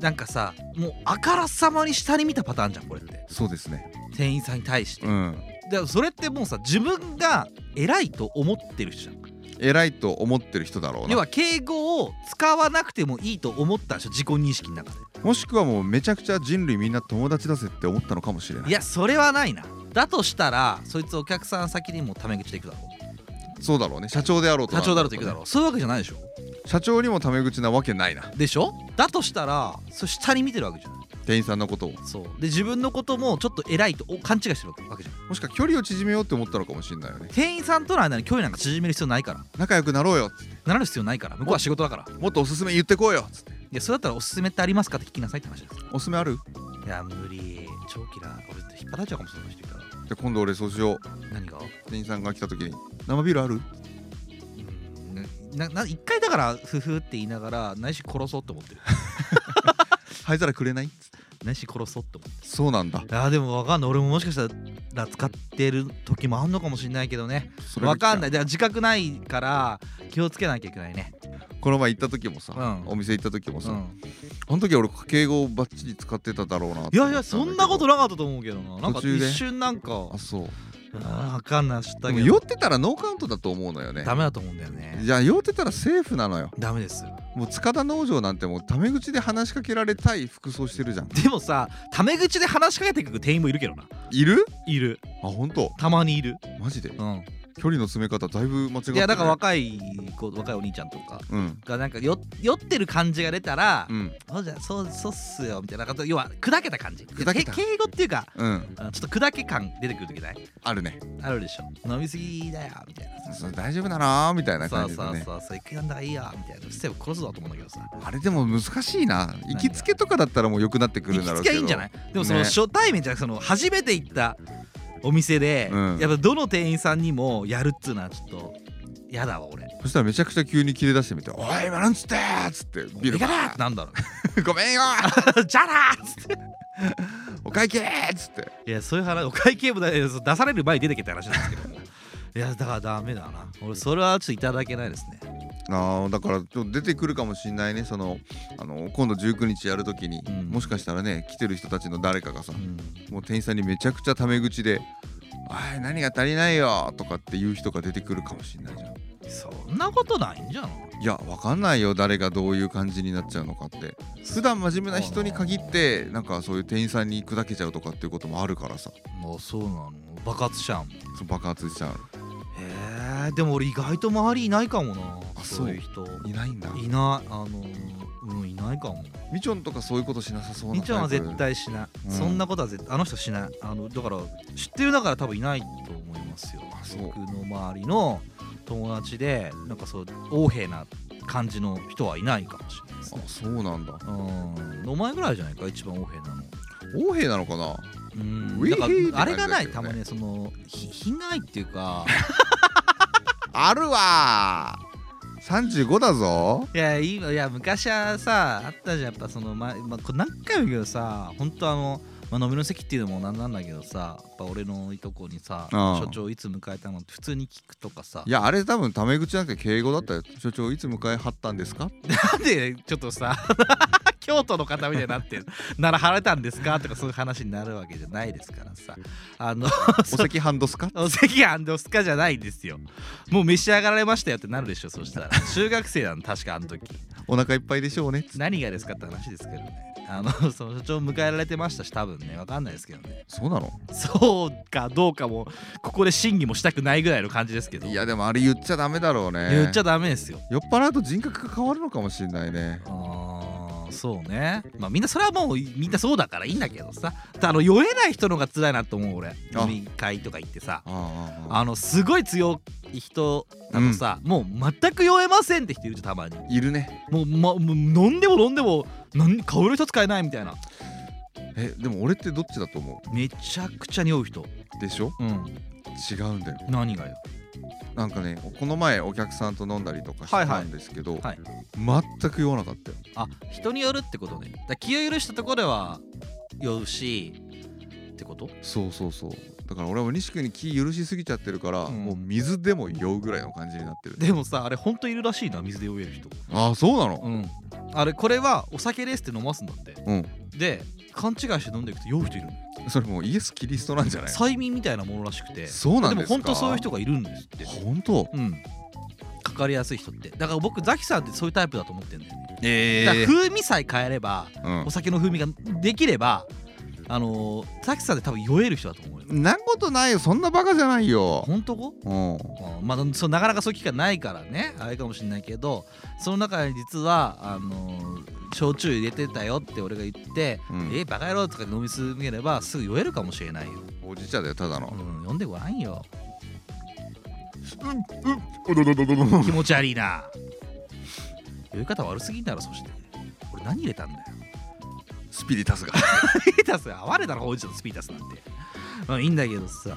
なんかさもうあからさまに下に見たパターンじゃんこれって
そうですね
店員さんに対して、
うん
だからそれってもうさ自分が偉いと思ってる人じゃ
偉いと思ってる人だろう
要
んな
は敬語を使わなくてもいいと思ったでしょ自己認識の中で
もしくはもうめちゃくちゃ人類みんな友達だぜって思ったのかもしれない
いやそれはないなだとしたらそいつお客さん先にもタメ口でいくだろ
そうだろうね社長であろう
う
と
社長だろうといくだ
う
ろうそういうわけじゃないでしょ
社長にもタメ口なわけないな
でしょだとしたらそれ下に見てるわけじゃん
で店員さんのことを
そうで自分のこともちょっと偉いとお勘違いしてるわけじゃん
もしか距離を縮めようって思ったのかもしれないよね
店員さんとの間に距離なんか縮める必要ないから
仲良くなろうよ
なる必要ないから向こうは仕事だから
もっとおすすめ言ってこうよつって
いやそれだったらおすすめってありますかって聞きなさいって話です
おすすめある
いや無理超嫌い俺引っ張られちゃうかもしれない人いたら
じゃあ今度俺そうしよう
何が
店員さんが来た時に生ビールある
うんなな一回だからふふって言いながら内し殺そうって思ってる <laughs>
灰皿くれないつって
内し殺そうって思って
そうなんだ
るあーでもわかんない俺ももしかしたら使ってる時もあんのかもしれないけどね
それが
わ
来た
かんないだから自覚ないから気をつけなきゃいけないね
この前行った時もさ、
うん
お店行った時もさ、
うん
あの時俺家計語をバッチリ使ってただろうなって思
い
っただけど
やいやそんなことなかったと思うけどななんか
途中
一
で
瞬なんか
あそう
あ分かんない知った
で
け
も
ど
酔ってたらノーカウントだと思うのよね
ダメだと思うんだよね
じゃあ酔ってたらセーフなのよ
ダメです
もう塚田農場なんてもうタメ口で話しかけられたい服装してるじゃん
でもさタメ口で話しかけてくる店員もいるけどない
る
いる
あ本当
たまにいる
マジで
うん
距離の詰め方だいぶ間違ってる
いやだから若い子若いお兄ちゃんとか
うん
がなんかよ酔ってる感じが出たら
う、ん
そうじゃそうそうっすよみたいななんか要は砕けた感じ
砕けた
け敬語っていうか
うん
あのちょっと砕け感出てくる時ない
あるね
あるでしょ飲みすぎだよみたいな
そう大丈夫だなーみたいな
そ
感
う
じで
そう
ね
そうそういくらなんだからいいよみたいなステップ殺すぞと思うんだけどさ
あれでも難しいな行きつけとかだったらもう良くなってくる
行
んだろ
き
う
つ
け
けは
ど
いいんじゃないでもその
ね
初対面じゃなくその初めて行ったお店で、
うん
やっぱどの店員さんにもやるっつうのはちょっと嫌だわ俺。
そしたらめちゃくちゃ急に切れ出してみて「おい今なんつって!」っつってビール
いか
バ
な
ー
ってなんだろうね。
ごめんよ
<laughs> じゃらーっつっ
お会計っつって
て。いやそういう話お会計もだ出される前に出てけって話なんですけども。
<laughs>
いやだからダメだな。俺それはちょっといただけないですね。
あーだからちょっと出てくるかもしんないねそのあの今度19日やるときに、
うん
もしかしたらね来てる人たちの誰かがさ、
うん。
もう店員さんにめちゃくちゃタメ口で「あい何が足りないよ」とかっていう人が出てくるかもしんないじゃん
そんなことないんじゃない。
いやわかんないよ誰がどういう感じになっちゃうのかって普段真面目な人に限ってなんかそういう店員さんに砕けちゃうとかっていうこともあるからさ
もうそうなの。爆発しちゃうもん。へ
そう爆発しちゃう
え。でも俺意外と周りいないかもな。
あ
そ
そう
ういう人。
いないんだ
いないあのうんいないかも。
みちょんとかそういうことしなさそうな
みちゃんは
タイプ
絶対しない、
うん
そんなことは絶対あの人しないあのだから知ってる中から多分いないと思いますよ
あそう
僕の周りの友達でなんかそう横柄な感じの人はいないかもしれないですね
あそうなんだ
うんお前ぐらいじゃないか一番横柄なの
王兵なのかな
うん
ウィ
だ
ー
か
ヒーって
らあれがない
感じだけ
た
どね
まにそのひ品がないっていうか
あるわー35だぞ
いや今いや昔はさあったじゃんやっぱその、ままこれ何回も言うけどさ本当あの、まあ、飲みの席っていうのもなんなんだけどさやっぱ俺のいとこにさ
ああ
所長いつ迎えたのって普通に聞くとかさ
いやあれ多分タメ口じゃなくて敬語だったよ所長いつ迎えはったんですか
なんでちょっとさ <laughs> 京都の方みたいになってるなら晴れたんですかとかそういう話になるわけじゃないですからさあの
お
そう
席ハンドスか
お席アンドスカじゃないんですよもう召し上がられましたよってなるでしょそしたら中学生なの確かあの時
お腹いっぱいでしょうね
何がですかって話ですけどねあの <laughs> その所長迎えられてましたし多分ね分かんないですけどね
そうなの
そうかどうかもここで審議もしたくないぐらいの感じですけど
いやでもあれ言っちゃダメだろうね
言っちゃダメですよ
酔っ払うと人格が変わるのかもしれないね
あーそうねまあみんなそれはもうみんなそうだからいいんだけどさあの酔えない人の方が辛いなと思う俺飲み会とか行ってさ
ああああ
あのすごい強い人だとさ、もう全く酔えませんって人いるじゃんたまに
いるね
もう,、ま、もう飲んでも飲んでも何顔色一つ変えないみたいな
えでも俺ってどっちだと思
めちゃくちゃに酔う人
うでしょ
うん
違うんだよ
何がよ
なんかねこの前お客さんと飲んだりとかし
はいは
た
い
んですけど、
はい
全く酔わなかったよ
あ人によるってことねだから気を許したところでは酔うしってこと
そうそうそうだから俺は西君に気許しすぎちゃってるから、
うん
もう水でも酔うぐらいの感じになってる
でもさあれほんといるらしいな水で酔える人
ああそうなの
うん、あれこれはお酒ですって飲ますんだって
うん、
で勘違いして飲んでいくと酔う人いるの
それもうイエス・キリストなんじゃない
催眠みたいなものらしくて
そうなんですか
も本当そういう人がいるんですって
本当
うんかかりやすい人ってだから僕ザキさんってそういうタイプだと思ってんだよね、
え
だから風味さえ変えれば
うん
お酒の風味ができればあのー、ザキさんって多分酔える人だと思うよ
なんことないよそんなバカじゃないよ、
本当こ
うん、
うんまあ、そうなかなかそういう機会ないからねあれかもしれないけどその中に実はあのー焼酎入れてたよって俺が言って「
うん
えバカ野郎」とかで飲み続ければすぐ酔えるかもしれないよ、
ほうじ茶だよただ
う
の
ん、飲んでごらんよ
おどどどどど
気持ち悪いな酔い方悪すぎんだろそして俺何入れたんだよ <laughs>
スピリタスが
スピータス哀れだろほうじ茶のスピータスなんて、まあ、いいんだけどさ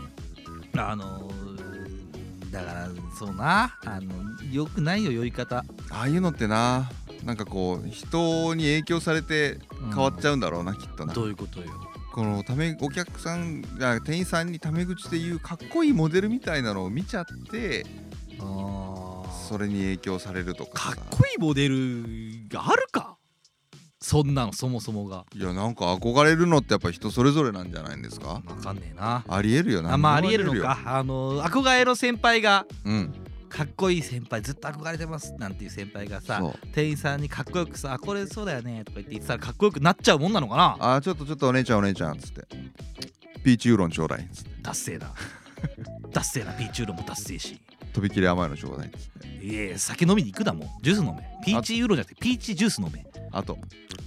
あのーだからそうなあのよくないよ酔い方
ああいうのってななんかこう人に影響されて変わっち
ゃ
ゃうんだろうな、きっとな
どういうことよ
このためお客さんが店員さんにタメ口で言うかっこいいモデルみたいなのを見ちゃって
あー
それに影響されると
か
か
っ
さ
こいいモデルがあるかそんなのそもそもが
いやなんか憧れるのってやっぱ人それぞれなんじゃないんですか
わかんねえな
ありえるよな
あまあありえるのかあの憧れの先輩が
うん
かっこいい先輩ずっと憧れてますなんていう先輩がさ
そう
店員さんにかっこよくさあ「これそうだよね」とか言って言ってたらかっこよくなっちゃうもんなのかな
あーちょっとちょっとお姉ちゃんお姉ちゃんっつってピーチウーロンちょうだいっつって
達成だ達成なピーチウーロンも達成し
とびきり甘いのちょうだいっつって
いえ酒飲みに行くだもんジュース飲めピーチウーロンじゃなくてピーチジュース飲め
あと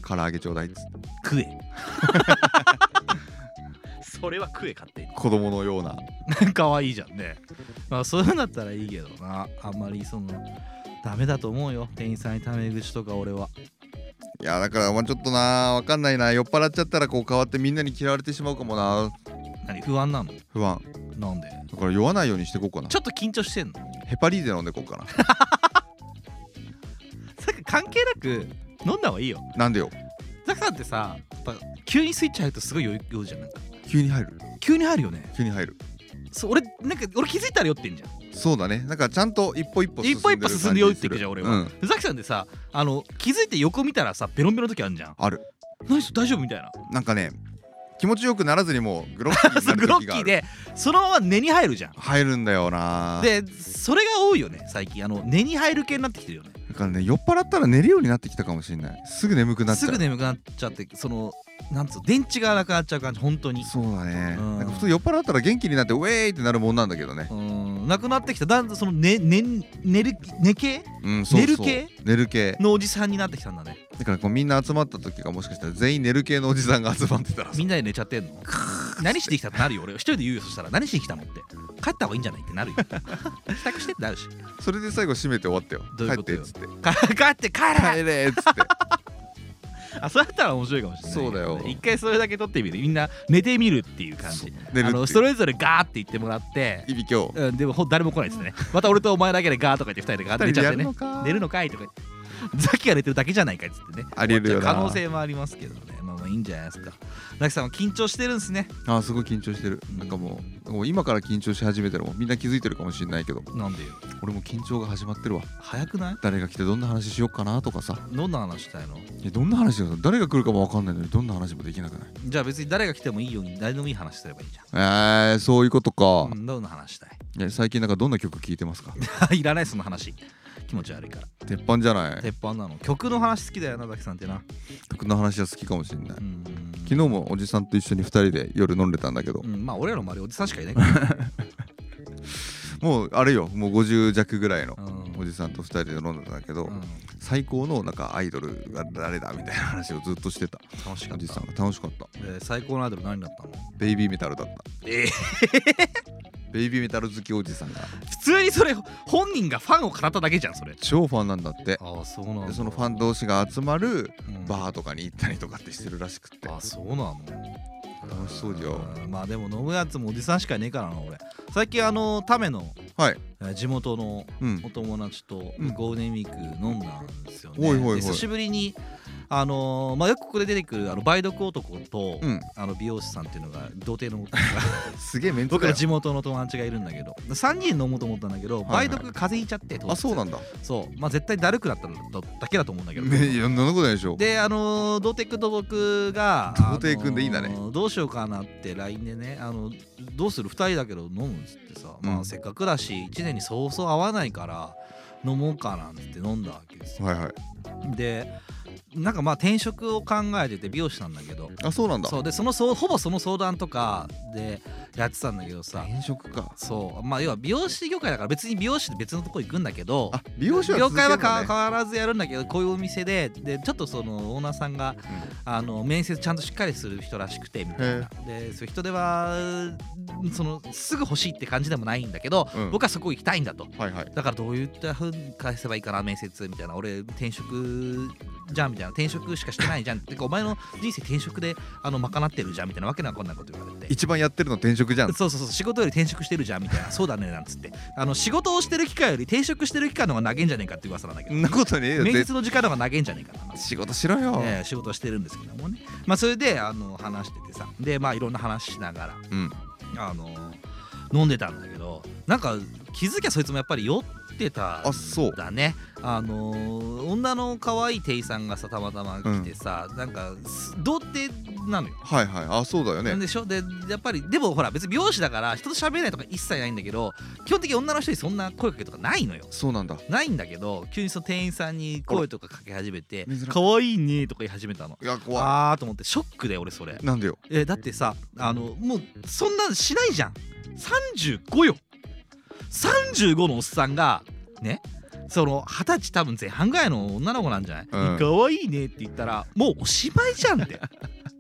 唐揚げちょうだいっつって
食え <laughs> それは食え勝手に
子供のような
可愛いじゃんね。まあそういうのだったらいいけどな。あんまりそのダメだと思うよ。店員さんにタメ口とか俺は。
いやだからまあちょっとなわかんないな酔っ払っちゃったらこう変わってみんなに嫌われてしまうかもな
何不安なの
不安
なんで
だから酔わないようにしてこうかな
ちょっと緊張してんの
ヘパリーゼ飲んでこうかな
さっき関係なく飲んだ方がいいよ。
なんでよ
だからってさ、やっぱ急にスイッチ入るとすごい酔い酔うじゃん。なんか
急に入る
急に入るよね。
急に入る
そう俺、なんか俺気づいたら酔ってんじゃん。
そうだねなんかちゃんと一歩一歩進んで
一
る
歩一歩進んで酔っていくじゃん俺
感する
は。でザキさんでさ、あの気づいて横見たらさ、ベロンベロンの時あるじゃん。
ある。
何し大丈夫みたいな。
うん、なんかね気持ちよくならずにもうグロッキー
<laughs>
に
そ
な
う
る
グロッ
時
キ
が
ー
ある
でそのまま根に入るじゃん。
入るんだよな
でそれが多いよね最近あの寝に入る系になってきてるよね
だからね酔っ払ったら寝るようになってきたかもしれないすぐ眠くなっちゃ
す
う
ぐ眠くなっちゃってそのなんつうの電池がなくなっちゃう感じ本当に
そうだね、
うん
なんか普通酔っ払ったら元気になってウェーイってなるもんなんだけどね
うーんなくなってきただんだんその寝寝寝る寝系
うんそうそう
寝る系
寝る系
のおじさんになってきたんだね
だからこうみんな集まった時がもしかしたら全員寝る系のおじさんが集まってたらさ
みんなで寝ちゃってんの何してきたってなるよ俺一人で言うよそしたら何してきたのって帰った方がいいんじゃないってなる
<laughs>
よ支度してってなるし
それで最後締めて終わったよ
どういう
帰
こと
ってっ
よ
つって
か <laughs> 帰って帰れ
帰れっつって
あそうやったら面白いかもしれないけどね
そうだよ
一回それだけ撮ってみるみんな寝てみるっていう感
そう
じ
寝
<laughs> あ
るってい
の
う
それぞれガーって言ってもらって
いびきを
うん、でもほん誰も来ないですね。また俺とお前だけでガーとか言って二人でガーって寝ちゃってね。
か
寝るのかいとか言って。ザキが寝てるだけじゃないかっつってね。
ありえるよな
可能性もありますけどね。まあまあいいんじゃないですか。ザキさんは緊張してるんですね。
あーすごい緊張してるなんかもうもう今から緊張し始めたらもうみんな気づいてるかもしれないけど
なんでよ。
俺も緊張が始まってるわ
早くない
誰が来てどんな話しようかなとかさ
どんな話したいの
いやどんな話しようか誰が来るかも分かんないのにどんな話もできなくない
じゃあ別に誰が来てもいいように誰でもいい話すればいいじ
えー、そういうこと
ゃ
か
ん。う、ん、どんな話したい
いや最近なんかどんな曲聴いてますか
い <laughs> らないその話。気持ち悪いから。
鉄板じゃない
鉄板なの。曲の話好きだよな、ザキさんってな。
曲の話は好きかもしれない
うん。
昨日もおじさんと一緒に2人で夜飲んでたんだけど
うん、まあ俺らの周りおじさんしかいないから。
もうあれよもう50弱ぐらいの
うん。
おじさんと2人で飲んでたんだけど、
うん
最高のなんかアイドルが誰だみたいな話をずっとしてた
楽しか
お
っ
じ
た
さん。が楽しかった
えー最高のアイドル何だったの
ベイビーメタルだった
えー
ベイビーメタル好きおじさんが
普通にそれ本人がファンを語っただけじゃんそれ
超ファンなんだって
ああそうな
でそのファン同士が集まる
ン
バーとかに行ったりとかってしてるらしくって
あそうなの
楽しそうじゃん
んまあでも飲むやつもおじさんしかいねえからな俺最近あのための
はい
えー地元の
うん
お友達と
うん
ゴールデンウィーク飲んだんですよね、
おいおいおい
で久しぶりにあのーまあよくここで出てくるあの梅毒男と、
うん
あの美容師さんっていうのが童貞の <laughs>
すげえメンツ
僕
だ
の
よ
地元の友達がいるんだけど3人飲もうと思ったんだけど、
はいはい
梅毒風邪ひいちゃって当日
あそうなんだ
そうまあ絶対だるくなったんだだけだと思うんだけど、
ねいやそんなことないでしょ
であのー、童貞君と僕が
童貞君でいいんだね
あのーどうしようかなって LINE でねあのどうする2人だけど飲むっつってさ、ま
う
あ
ん
せっかくだし1年にそうそう会わないから飲もうかなんつって飲んだわけですよ
はいはい
でなんかまあ転職を考えてて美容師なんだけど
あそうなんだ
そうでそのそうほぼその相談とかでやってたんだけどさ
転職か
そうまあ要は美容師業界だから別に美容師で別のとこ行くんだけど
あ美容師は
業
続け
界は
るんだ、ね、
変わらずやるんだけどこういうお店ででちょっとそのオーナーさんがあの面接ちゃんとしっかりする人らしくてみたいなでそういう人ではそのすぐ欲しいって感じでもないんだけど、
うん
僕はそこ行きたいんだと
うんはいはい
だからどういったふうに返せばいいかな面接みたいな俺転職じゃんみたいな転職しかしてないじゃんってかお前の人生転職であの賄ってるじゃんみたいなわけなこんないこと言われて。
一番やってるの転職じゃん
そうそうそう仕事より転職してるじゃんみたいなそうだねなんつってあの仕事をしてる期間より転職してる期間の方が長いんじゃねえかって噂なんだけ
そ
ど
んなことねえよ
面
絶
接の時間の方が長いんじゃねえかな
対仕事しろよ、
ええ仕事をしてるんですけどもね、まあ、それであの話しててさでまあいろんな話しなが
うん
らあの飲んでたんだけどなんか気づきゃそいつもやっぱり酔ってた
あそうん
だねあの女の可愛い店員さんがさたまたま来てさ、なんかす童貞なのよ。
はいはいあそうだよね
でしょでやっぱりでもほら別に美容師だから人と喋れないとか一切ないんだけど基本的に女の人にそんな声かけとかないのよ。
そうなんだ
ないんだけど急にその店員さんに声とかかけ始めて
珍しい
「可愛いね」とか言い始めたの。
いや怖
あーと思ってショックで俺それ
いなんでよ
えだってさあのもうそんなんしないじゃん35よ35のおっさんがねその二十歳多分前半ぐらいの女の子なんじゃない、
うん
可愛いねって言ったらもうおしまいじゃんって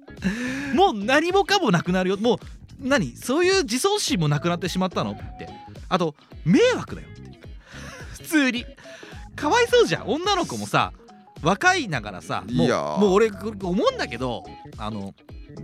<laughs>
もう何もかもなくなるよもう何そういう自尊心もなくなってしまったのってあと迷惑だよって普通にかわいそうじゃん女の子もさ若いながらさも
いうやー
もう俺これ思うんだけどあの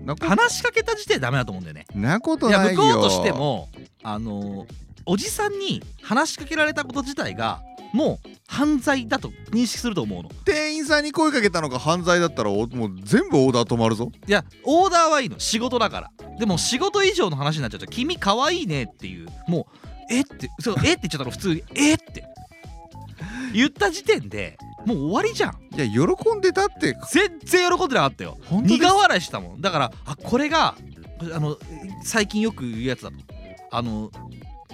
なこ
話しかけた時点でダメだと思うんだよね。
なこと
いや
ない
向
よ
こうとしてもあのおじさんに話しかけられたこと自体がもう犯罪だと認識すると思うの。
店員さんに声かけたのが犯罪だったらおもう全部オーダー止まるぞ
いやオーダーはいいの仕事だからでも仕事以上の話になっちゃうと「君かわいいね」っていうもう「えっ?」てそう「えっ?」て言っちゃったの普通に「えっ?」て言った時点でもう終わりじゃん
いや喜んでたって
全然喜んでなかったよ
本当です
苦笑いしたもんだからあこれがこれあの最近よく言うやつだとあの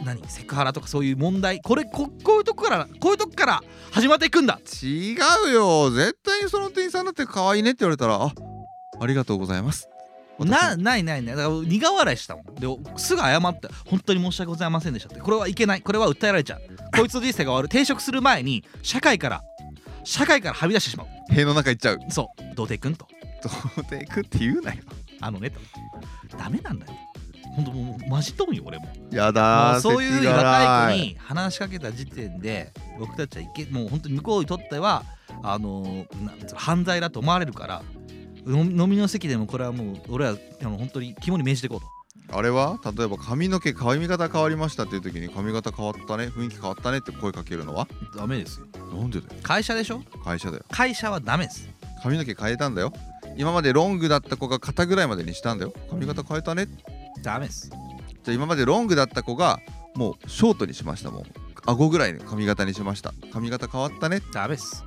何セクハラとかそういう問題これここういうとこからこういうとこから始まっていくんだ
違うよ絶対にその店員さんだって可愛いねって言われたらあありがとうございます私
なないないないだから苦笑いしたもんですぐ謝って本当に申し訳ございませんでしたってこれはいけないこれは訴えられちゃうこいつの人生が終わる転職する前に社会から社会からはみ出してしまう
塀の中行っちゃう
そう童貞くんと
童貞くって言うなよ
あのねとダメなんだよ本当もうマジとんよ俺も
や
も
だ
う
ー
そうい
世
う
知辛
若い子に話しかけた時点で僕たちはいけもう本当に向こうにとってはあのーなんつうの犯罪だと思われるから飲み飲みの席でもこれはもう俺はあの本当に肝に銘じていこうと
あれは例えば髪の毛髪型変わりましたっていう時に髪型変わったね雰囲気変わったねって声かけるのは
ダメですよ
なんでだよ
会社でしょ
会社だよ
会社はダメです
髪の毛変えたんだよ今までロングだった子が肩ぐらいまでにしたんだよ髪型変えたねじ
ダメです
ゃあ今までロングだった子がもうショートにしましたもん顎ぐらいの髪型にしました髪型変わったね
ダメです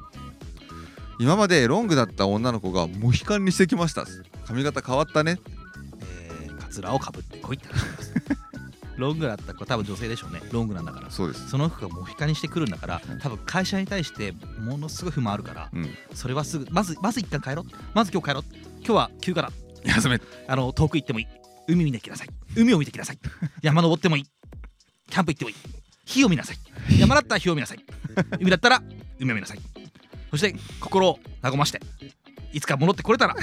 今までロングだった女の子がモヒカンにしてきました髪型変わったね
えーカツラをかぶってこいって話ですロングだった子多分女性でしょうねロングなんだから
そうです
その服がモヒカンにしてくるんだから多分会社に対してものすごい不満あるから
うん
それはすぐまずまず一旦帰ろうまず今日帰ろう今日は休暇だ
休め
あの遠く行ってもいい海見てきなさい海を見てき
<laughs>
なさい山登ってもいいキャンプ行ってもいい火を見なさい山だったら火を見なさい海だったら海を見なさいそして心を和ましていつか戻ってこれ
<laughs>
たら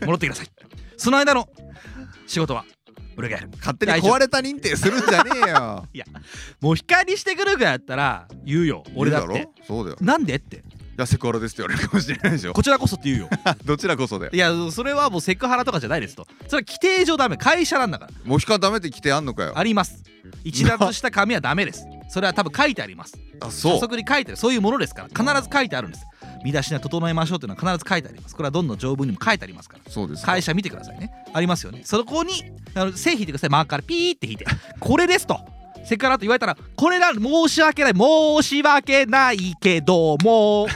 戻ってくださいその間の仕事は俺がやる
勝手に壊れた認定するんじゃねえよ
もう光りしてくるぐらいだったら言うよ <laughs> 俺だっ
言う
て
ろそうだよ
なんでって
いやセクハラですって言われるかもしれないでしょ
こちらこそって言うよ
どちらこそだよ
いやそれはもうセクハラとかじゃないですとそれは規定上ダメ会社なんだから
モヒカンダメって規定あんのかよ
あります一脱した紙はダメですそれは多分書いてあります
あそ
早
う
速に書いてあるそういうものですから必ず書いてあるんです身だしなみ整えましょうというのは必ず書いてありますこれはどんどん条文にも書いてありますから
そうです
会社見てくださいねありますよねそこにあの線引いてくださいマーカーからピーって引いてこれですとセクハラと言われたらこれなら申し訳ない申し訳ないけど
<laughs>
も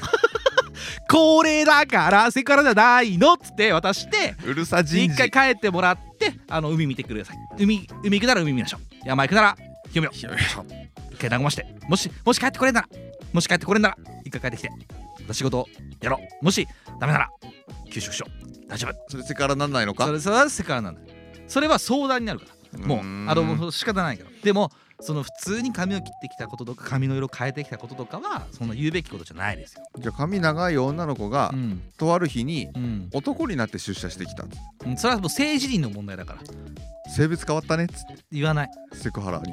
これだからセクハラじゃないのっつって渡して
うるさ人
一
事
回帰ってもらってあの海見てください海海行くなら海見ましょう山行くなら読めよう一回和ましてもしもし帰ってこれんならもし帰ってこれんなら一回帰ってきて出し事やろうもしダメなら休職しよう大丈夫
それセクハラになんないの
そ
か
れそれはセクハラなんだよそれは相談になるからもう
うーん
あのもう仕方ないからでもその普通に髪を切ってきたこととか髪の色変えてきたこととかはそんな言うべきことじゃないですよ、
じゃあ髪長い女の子が
うん
とある日に
うん、
男になって出社してきた
うんそれはもう政治人の問題だから
性別変わったねっつって
言わない
セクハラに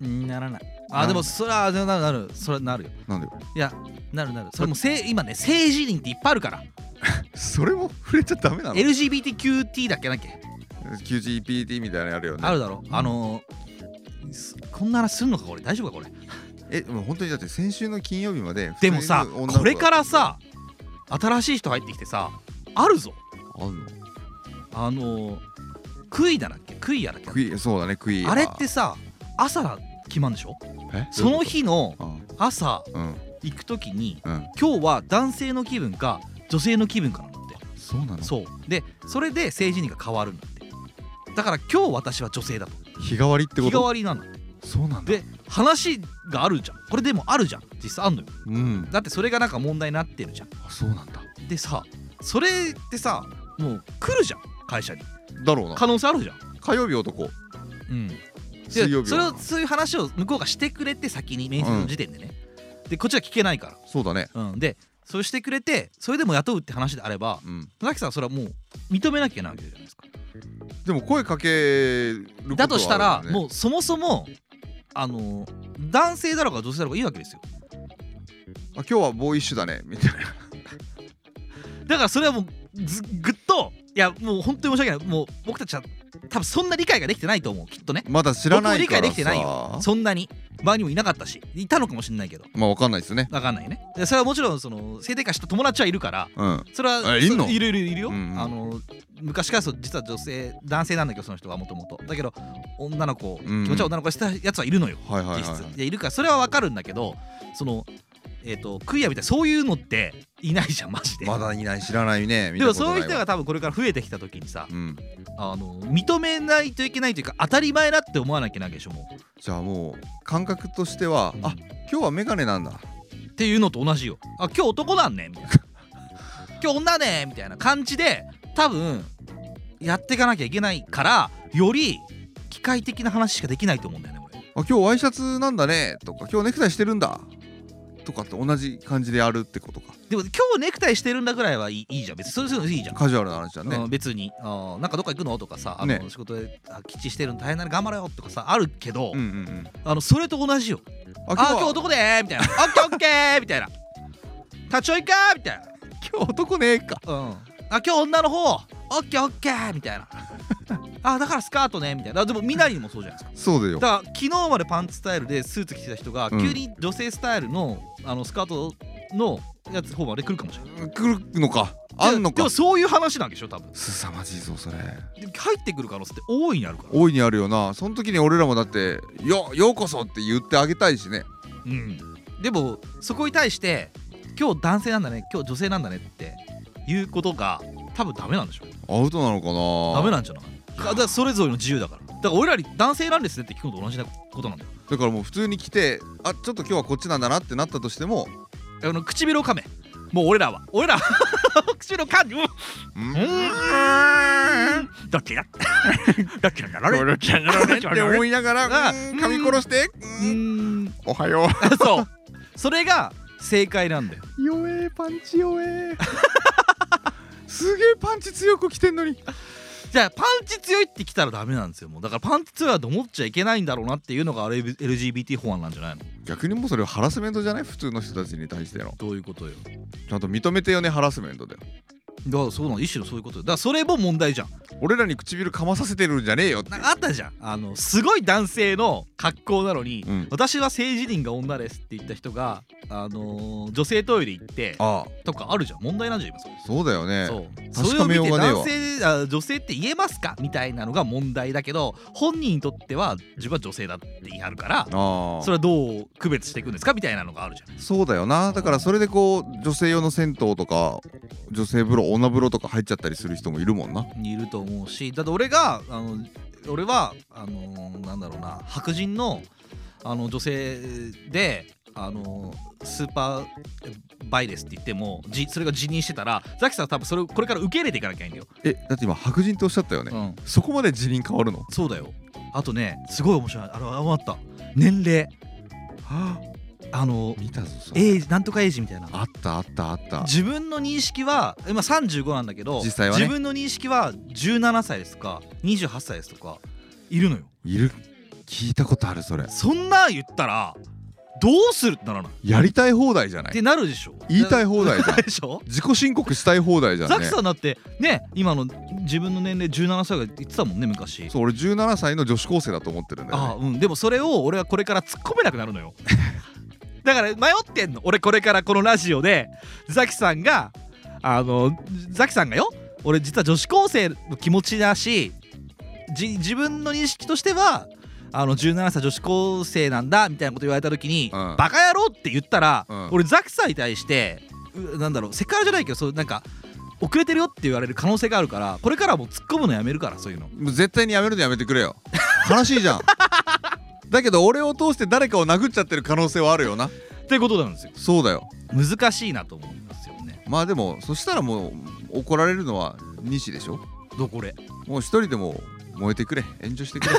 うんならない
な
あ
る
でもそれはなるなるそれなるよ
なんだよ
いやなるなるそれもせい今ね政治人っていっぱいあるから
それも触れちゃダメなの
LGBTQT だっけなっけ
QGPD みたいなのあるよね
あるだろあのーすこんな話するのかこれ大丈夫かこれ
えもう本当にだって先週の金曜日まで
でもさ
普通の女の子だった
これからさ新しい人入ってきてさあるぞ
あんの
あのークイだなっけクイやだっ
ク
け
イそうだねクイ
あれってさ朝決まるんでしょ
え
その日の
あ
朝
うん
行く時に
うん
今日は男性の気分か女性の気分かなんだって
そうなの
そうでそれで政治人が変わるんだってだから今日私は女性だと
日替わりって
日
こ
替
と
わりなの
そうなんだ
で話があるじゃんこれでもあるじゃん実際あんのよ
うん
だってそれがなんか問題になってるじゃん
あそうなんだ
でさそれってさもう来るじゃん会社に
だろうな
可能性あるじゃん
火曜日男
うんで
水曜日
それを
女
そういう話を向こうがしてくれて先に面接の時点でね、でこっちは聞けないか
そうだね
ら、うん、でそうしてくれてそれでも雇うって話であれば
うん
野崎さんはそれはもう認めなきゃいけないわけじゃないですか
でも声かけることはあるよね
だとしたら、もうそもそもあの男性だろうが女性だろうがいいわけですよ
あ今日はボーイッシュだねみたいな
だからそれはもうずぐっといやもう本当に申し訳ないもう僕たちは多分そんな理解ができてないと思うきっとね
まだ知らないか
僕も理解
らさ
できてないよそんなに周りにもいなかったしいたのかもしれないけど
まあわかんないですね
分かんないねでそれはもちろんその性低下した友達はいるから
うん
それは
あいんの
そういるいるいるよ、
うんうん
あの昔からそう実は女性男性なんだけどその人はもともとだけど女の子気
うんうん
持ちは女の子したやつはいるのよ
はいはいはい
実質、
はい
やいるからそれは分かるんだけどそのえっ、とクイアみたいなそういうのっていないじゃんマジで、
まだいない知らないね見
で
たこ
も
とな
そういう
わ
人が多分これから増えてきた時にさ
うん
あの認めないといけないというか当たり前だって思わなきゃいけないわけでしょもう
じゃあもう感覚としてはあ今日はメガネなんだ
っていうのと同じよあ今日男なんねみたいな
<laughs>
今日女ねみたいな感じで多分やっていかなきゃいけないからより機械的な話しかできないと思うんだよね俺
あ今日ワイシャツなんだねとか今日ネクタイしてるんだとかって同じ感じでやるってことか
でも今日ネクタイしてるんだぐらいはいいいいじゃん別にそういうのいいじゃん
カジュアルな話だね、
うん、別にあーなんかどっか行くのとかさあの、
ね
仕事であ基地してるの大変なの頑張れよとかさあるけど、
うんうんうん
あのそれと同じよ
あ
あ
今日
今日
は
男でーみたいなオッケーオッケーみたいな立ち追いかーみたいな
今日男ねえか
うんあ今日女の方オッケーオッケーみたい
<laughs>
なあだからスカートねみたいなでもみなりにもそうじゃないですか
そうだよ
だから昨日までパンツスタイルでスーツ着てた人が、
うん
急に女性スタイルのあのスカートのやつ方まで来るかもしれない
来るのかあんの
で
か
もそういう話なんでしょ多分
すさまじいぞそれ
で入ってくる可能性って大いにあるから
大いにあるよなその時に俺らもだって「よようこそ」って言ってあげたいしね
うん、でもそこに対して今日男性なんだね今日女性なんだねっていうことが多分ダメなんでしょ
アウトなのか
ダメ
な
なんじゃないだからそれぞれの自由だからだから俺らに男性なんですねって聞くのと同じなことなんだよ
だからもう普通に来てあちょっと今日はこっちなんだなってなったとしても
あの唇を噛めもう俺らは俺らは唇を噛んでうん
うん
どっちだどっちなんだろうね
ど
っちなんだ
って思いながら
あ
うん噛み殺して
う
うん
ーん
おはよう
あそうそれが正解なんだよ
弱えパンチ弱えすげえパンチ強く来てんのに
じゃあパンチ強いってきたらダメなんですよもうだからパンチ強いと思っちゃいけないんだろうなっていうのがあれ LGBT 法案なんじゃないの
逆にもうそれはハラスメントじゃない普通の人たちに対しての
どういうことよ
ちゃんと認めてよねハラスメントだよ
だからそうなの一種のそういうことよだからそれも問題じゃん
俺らに唇噛まさせてるんじゃねえよって
なんかあったじゃんあのすごい男性の格好なのに、
うん
私は政治人が女ですって言った人が、あのー女性トイレ行って
ああ
とかあるじゃん問題なんじゃん今それ
そうだよね
そうそれを見
確かめよ
て
うがねえ
男
わ
性あ女性って言えますかみたいなのが問題だけど本人にとっては自分は女性だって言い張るから
ああ
それはどう区別していくんですかみたいなのがあるじゃん
そうだよなだからそれでこう女性用の銭湯とか女性風呂女風呂とか入っちゃったりする人もいるもんな
にいると思うしだって俺があの俺はあのなんだろうな白人のあの女性であのスーパーバイですって言ってもじそれが辞任してたらザキさんは多分それをこれから受け入れていかなきゃいけないんだよ、
えだって今白人っておっしゃったよね、
うん、
そこまで辞任変わるの
そうだよあとねすごい面白いあの余った年齢
は
あの
見たぞそれ
エイジなんとかエイジみたいな
あったあったあった
自分の認識は今35なんだけど
実際はね
自分の認識は17歳ですとか28歳ですとかいるのよ
いる聞いたことあるそれ
そんなん言ったらどうするってならない
やりたい放題じゃな
っ
い
てなるでしょ
言いたい放題じゃん
<laughs> でしょ
自己申告したい放題じゃ
ザ
ん
キ
ね
さんだってね今の自分の年齢17歳が言ってたもんね昔
そう俺17歳の女子高生だと思ってるんだよ、
ああ
ね、
うんでもそれを俺はこれから突っ込めなくなるのよ <laughs> だから迷ってんの俺これからこのラジオでザキさんがあのザキさんがよ俺実は女子高生の気持ちだしじ自分の認識としてはあの17歳女子高生なんだみたいなこと言われた時に「
うん
バカ野郎!」って言ったら、
うん
俺ザキさんに対してうなんだろうセクハラじゃないけどそうなんか遅れてるよって言われる可能性があるからこれからはもう突っ込むのやめるからそういうの。
もう絶対にやめるのやめてくれよ悲し
<laughs>
いじゃんだけど俺を通して誰かを殴っちゃってる可能性はあるよな
ってことなんですよ
そうだよ
難しいなと思いますよね。
まあでもそしたらもう怒られるのは西でしょ
どこれ
もう一人でも燃えてくれ炎上
<laughs>
してくれ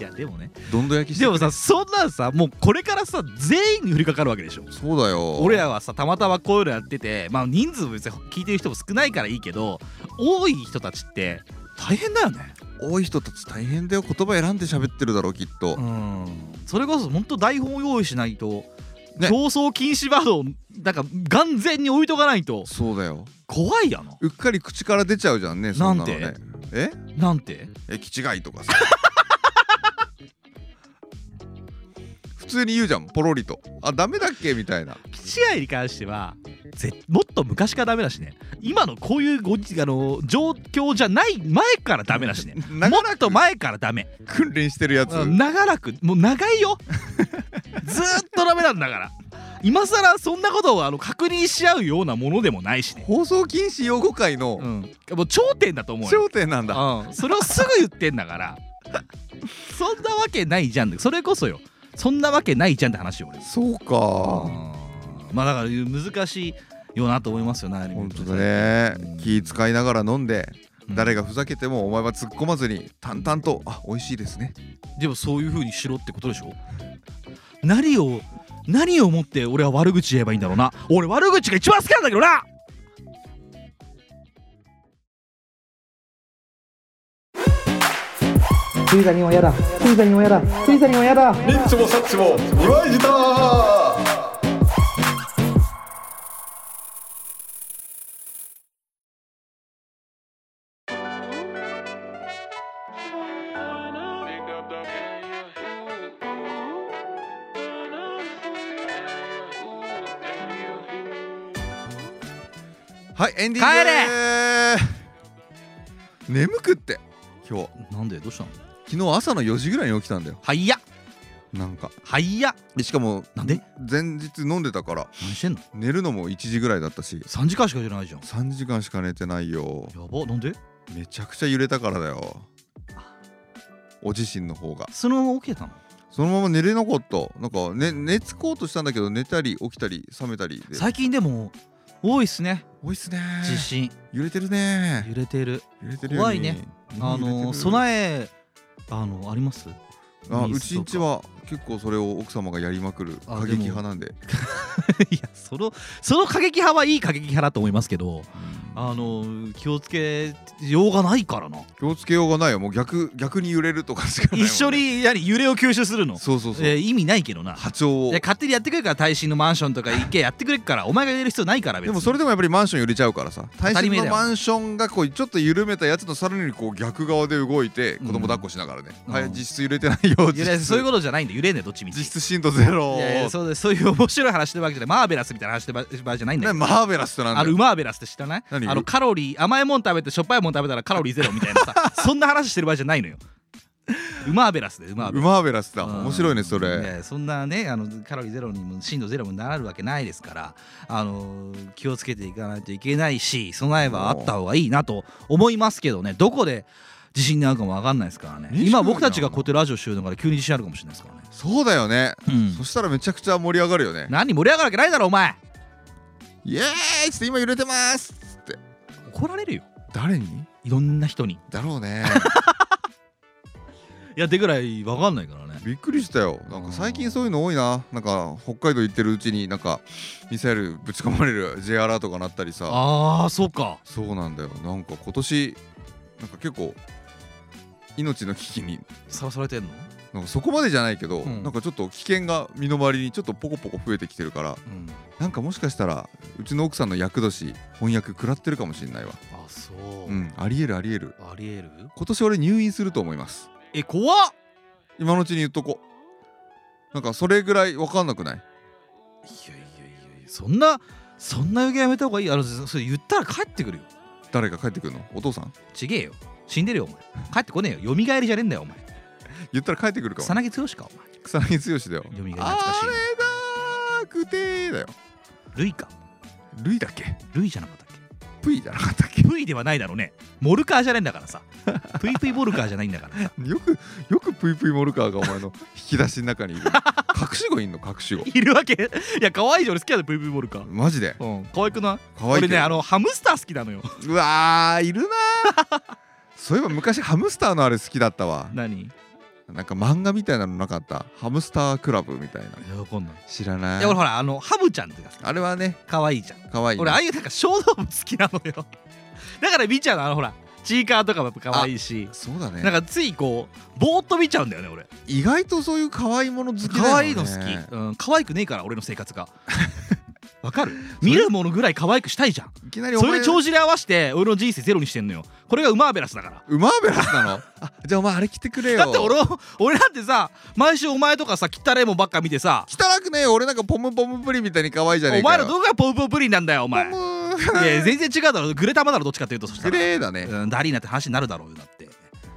いやでもね
どんど焼きして
でも
く
さ
れ
そんなんさもうこれからさ全員に降りかかるわけでしょ
そうだよ
俺らはさたまたまこういうのやっててまあ人数も別に聞いてる人も少ないからいいけど多い人たちって大変だよね
多い人たち大変だよ言葉選んで喋ってるだろうきっと、
んそれこそ本当台本用意しないと、
ね
競争禁止ワードをなんか眼前に置いとかないと
そうだよ
怖いやな
うっかり口から出ちゃうじゃんねそんなのね
なん
え
なんて
え気違いと
<laughs>
かさ普通に言うじゃんポロリとあダメだっけみたいな
気違いに関してはぜもっと昔からダメだしね今のこういうご時あの状況じゃない前からダメだしねもっ
長らく
と前からダメ
訓練してるやつ
うん長らくもう長い
<laughs>
よずーっとダメなんだから今更そんなことをあの確認し合うようなものでもないしね、
放送禁止用語会の
うん、もう頂点だと思うよ、
焦点なんだ
うん、それをすぐ言ってんだからそんなわけないじゃんそれこそよそんなわけないじゃんって話よ俺
そうか
まあだから難しいよなと思いますよね
本当だね
うん
気使いながら飲んで誰
が
がふざけてもお前は突っ込まずに淡々と「あ美味しいですね
でもそういうふうにしろってことでしょ何を何をもって俺は悪口言えばいいんだろうな俺悪口が一番好きなんだけどな
水谷も嫌だ水谷も嫌だ水谷も嫌だ
リッチもサッチもイワイジだ
はいエンディング
帰
眠くって今日
なんでどうしたの
昨日朝の4時ぐらいに起きたんだよ
はいや
なんか
はいや
でしかも
なんで
前日飲んでたから
何してんの
寝るのも1時ぐらいだったし
3時間しかじゃないじゃん
3時間しか寝てないよ
やばなんで
めちゃくちゃ揺れたからだよお自身の方が
そのまま起きてたの
そのまま寝れなかったなんか、ね、寝つこうとしたんだけど寝たり起きたり覚めたりで
最近でも多いっすね
多いっすね
地震
揺れてるね
揺れてる
揺れてるように
怖いね
うん
あ
揺れて
の
る
備えあのあります
あ
水
うちんちは結構それを奥様がやりまくる
あ
過激派なんで
<laughs> いやそのその過激派はいい過激派だと思いますけどあの気をつけようがないからな
気をつけようがないよもう逆逆に揺れるとかしかないもん
<laughs> 一緒にやはり揺れを吸収するの、
そうそうそう、
えー意味ないけどな
波長を
いや勝手にやってくれるから耐震のマンションとか一軒やってくれるからお前が入れる必要ないから別
で
に
もそれでもやっぱりマンション揺れちゃうからさ
たり
体
前
身
だ
の
よ
マンションがこうちょっと緩めたやつのさらにこう逆側で動いて
うん
子供抱っこしながらね、
うん
はい実質揺れてないよ
揺
実
れ
質
そういうことじゃないんで揺れんねどっちみち
実質震度ゼロ
いやいやそうだそういう面白い話してるわけじゃないマーベラスみたいな話してる場合じゃないんだ
ね
よ、
マーベラスってなんだ
あ
よ
るマーベラスって知らないあ
何
のカロリー甘いもん食べてしょっぱいもん食べたらカロリーゼロみたいな
<laughs>
さそんな話してる場合じゃないのよウマーベラスでウマーベ
う
ラス
マーベラスだ
うん
面白いねそ
いやい
れ
やそんなねあのカロリーゼロにも震度ゼロにもなるわけないですからあの気をつけていかないといけないし備えはあった方がいいなと思いますけどねどこで地震になるかもわかんないですからね
西
今
君
僕たちがこうやってラジオしてるのから急に地震あるかもしれないですからね、
そうだよね、
うん
そしたらめちゃくちゃ盛り上がるよね
何盛り上がるわけないだろお前
イエーイっつって今揺れてますっつって
怒られるよ
誰に
いろんな人に
だろ
<laughs>
うね
いやでぐらいわかんないからね
びっくりしたよなんか最近そういうの多いななんか北海道行ってるうちになんかミサイルぶち込まれる J アラートが鳴ったりさ
ああそうか
そうなんだよなんか今年なんか結構命の危機に
さらされてんの
なんかそこまでじゃないけど、
うん
なんかちょっと危険が身の回りにちょっとポコポコ増えてきてるから
うん
なんかもしかしたらうちの奥さんの厄年翻訳食らってるかもしれないわ
あそう、
うんありえるありえる
ありえる
今年俺入院すると思います
え怖っ
今のうちに言っとこうなんかそれぐらい分かんなくない
いやいやいやいやそんなそんな余計やめた方がいいあのそれ言ったら帰ってくるよ
誰か帰ってくるのお父さん
ちげえよ死んでるよお前帰ってこねえよ蘇りじゃねえんだよお前
言ったら帰ってくるかも
草薙剛かお前
草薙剛だよ
蘇り懐
あ
かしい
れだーくてーだよ
ルイか
ルイだっけ
ルイじゃなかったっけ
プイじゃなかったっけ
プイではないだろうねモルカーじゃないんだ <laughs> からさプイプイモルカーじゃないんだからさ
よくよくプイプイモルカーがお前の引き出しの中にいる隠し子いんの隠し子
いるわけいや可愛いじゃん俺好きなんだプイプイモルカー
マジで
うん可愛くない
可愛いけ
俺
ど
ねあのハムスター好きなのよ
うわーいるなーそういえば昔ハムスターのあれ好きだったわ
<laughs> 何い
なんか漫画みたいなのなかったハムスタークラブみたいな
やわかんない
知らない
いや俺ほらあのハムちゃんってやつ
あれはね
可愛いじゃん
可愛いね
俺ああいうなんか小動物好きなのよ <laughs> だから見ちゃうのあのほらチーカーとかもやっぱ可愛いし
そうだね
なんかついこうぼーっと見ちゃうんだよね俺
意外とそういう可愛いもの好きだよね
可愛いの好き、うん、可愛くねえから俺の生活が <laughs> わ
<laughs>
かる見るものぐらい可愛くしたいじゃん
いきなりお
それ
前
で帳尻合わせて俺の人生ゼロにしてんのよこれがウマーベラスだから
ウマーベラス
<laughs>
なのあじゃあお前あれ着てくれよ
だって俺を俺なんてさ毎週お前とかさ汚いもんばっか見てさ
汚くねえよ俺なんかポムポムプリンみたいに可愛いじゃねえ
お
か
前
よ
らどこがポンポンプリンなんだよお前い
ポム
や全然違うだろグレタマだろどっちかっていうとそした
グ
ら、
レーだね
うん、ダリーナって話になるだろうよだって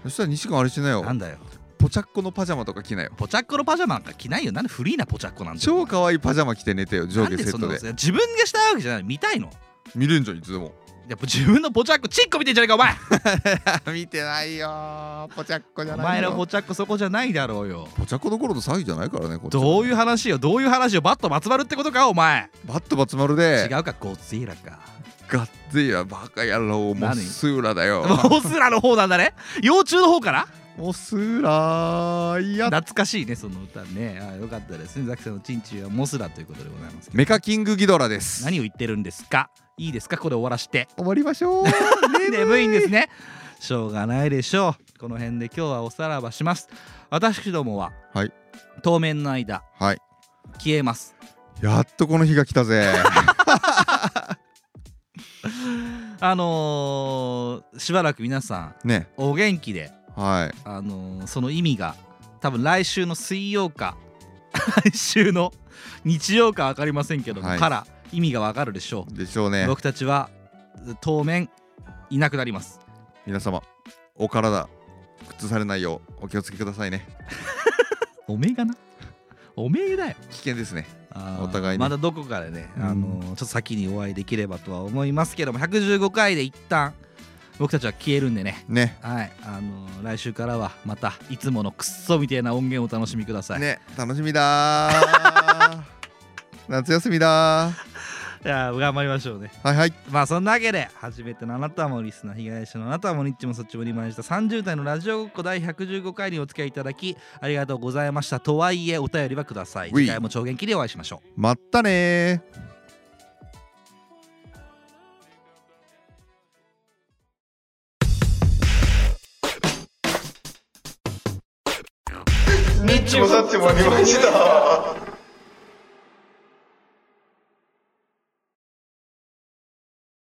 そしたら西君あれしなよ
なんだよ
ポチャッコのパジャマとか着なよ
ポチャッコのパジャマなんか着ないよなんでフリーなポチャッコなんて
超可愛いパジャマ着て寝てよ上
なん
下
で
セ
そ
ッ
んなこ
トで
とする自分がしたいわけじゃない見たいの
見れんじゃんい
<laughs>
つでも
やっぱ自分のポチャッコチンコ見てんじゃねえかお前
見てないよーポチャッコじゃ
お
ない
前
よ
のポチャッコそこじゃないだろうよ
ポチャッコの頃の詐欺じゃないからねこっちは
どういう話よどういう話よバット松丸ってことかお前
バットバツ丸で
違うかゴジラか
ガッツイラバカ野郎モスーラだよ
モスラの方なんだね幼虫の方から
モスーラーやっ
懐かしいねその歌ねあよかったですねザキさんのチンチンはモスラということでございます
メカキングギドラです
何を言ってるんですかいいですかここで終わらして
終わりましょう
<laughs> 眠いんですねしょうがないでしょうこの辺で今日はおさらばします私どもは、
はい
当面の間
はい
消えます
やっとこの日が来
<laughs>
たぜ
あのーしばらく皆さん
ね
お元気で、
は
あのーその意味が多分来週の水曜か <laughs> 来週の日曜か分かりませんけども、
はい
から意味が分かるでしょ
いでしょう
う、
ね
僕たちは当面いなくなります
皆様お体崩されないようお気をつけくださいね
おめえがなおめえだよ
危険ですね
あー
お互いに
まだどこかでね、
うん
あのーちょっと先にお会いできればとは思いますけども115回で一旦僕たちは消えるんでね
ね
はいあのー来週からはまたいつものクッソみたいな音源をお楽しみください、
ね楽しみ <laughs> だー夏休みだー
いやー頑張りましょうね
はいはい
まあそんなわけで初めてのあなたもリスナー被害者のあなたもニッチもそっちもにまねした30代のラジオごっこ第115回にお付き合いいただきありがとうございましたとはいえお便りはください
We
次回も超元気でお会いしましょう
まったねー
ニッチもサッチもありました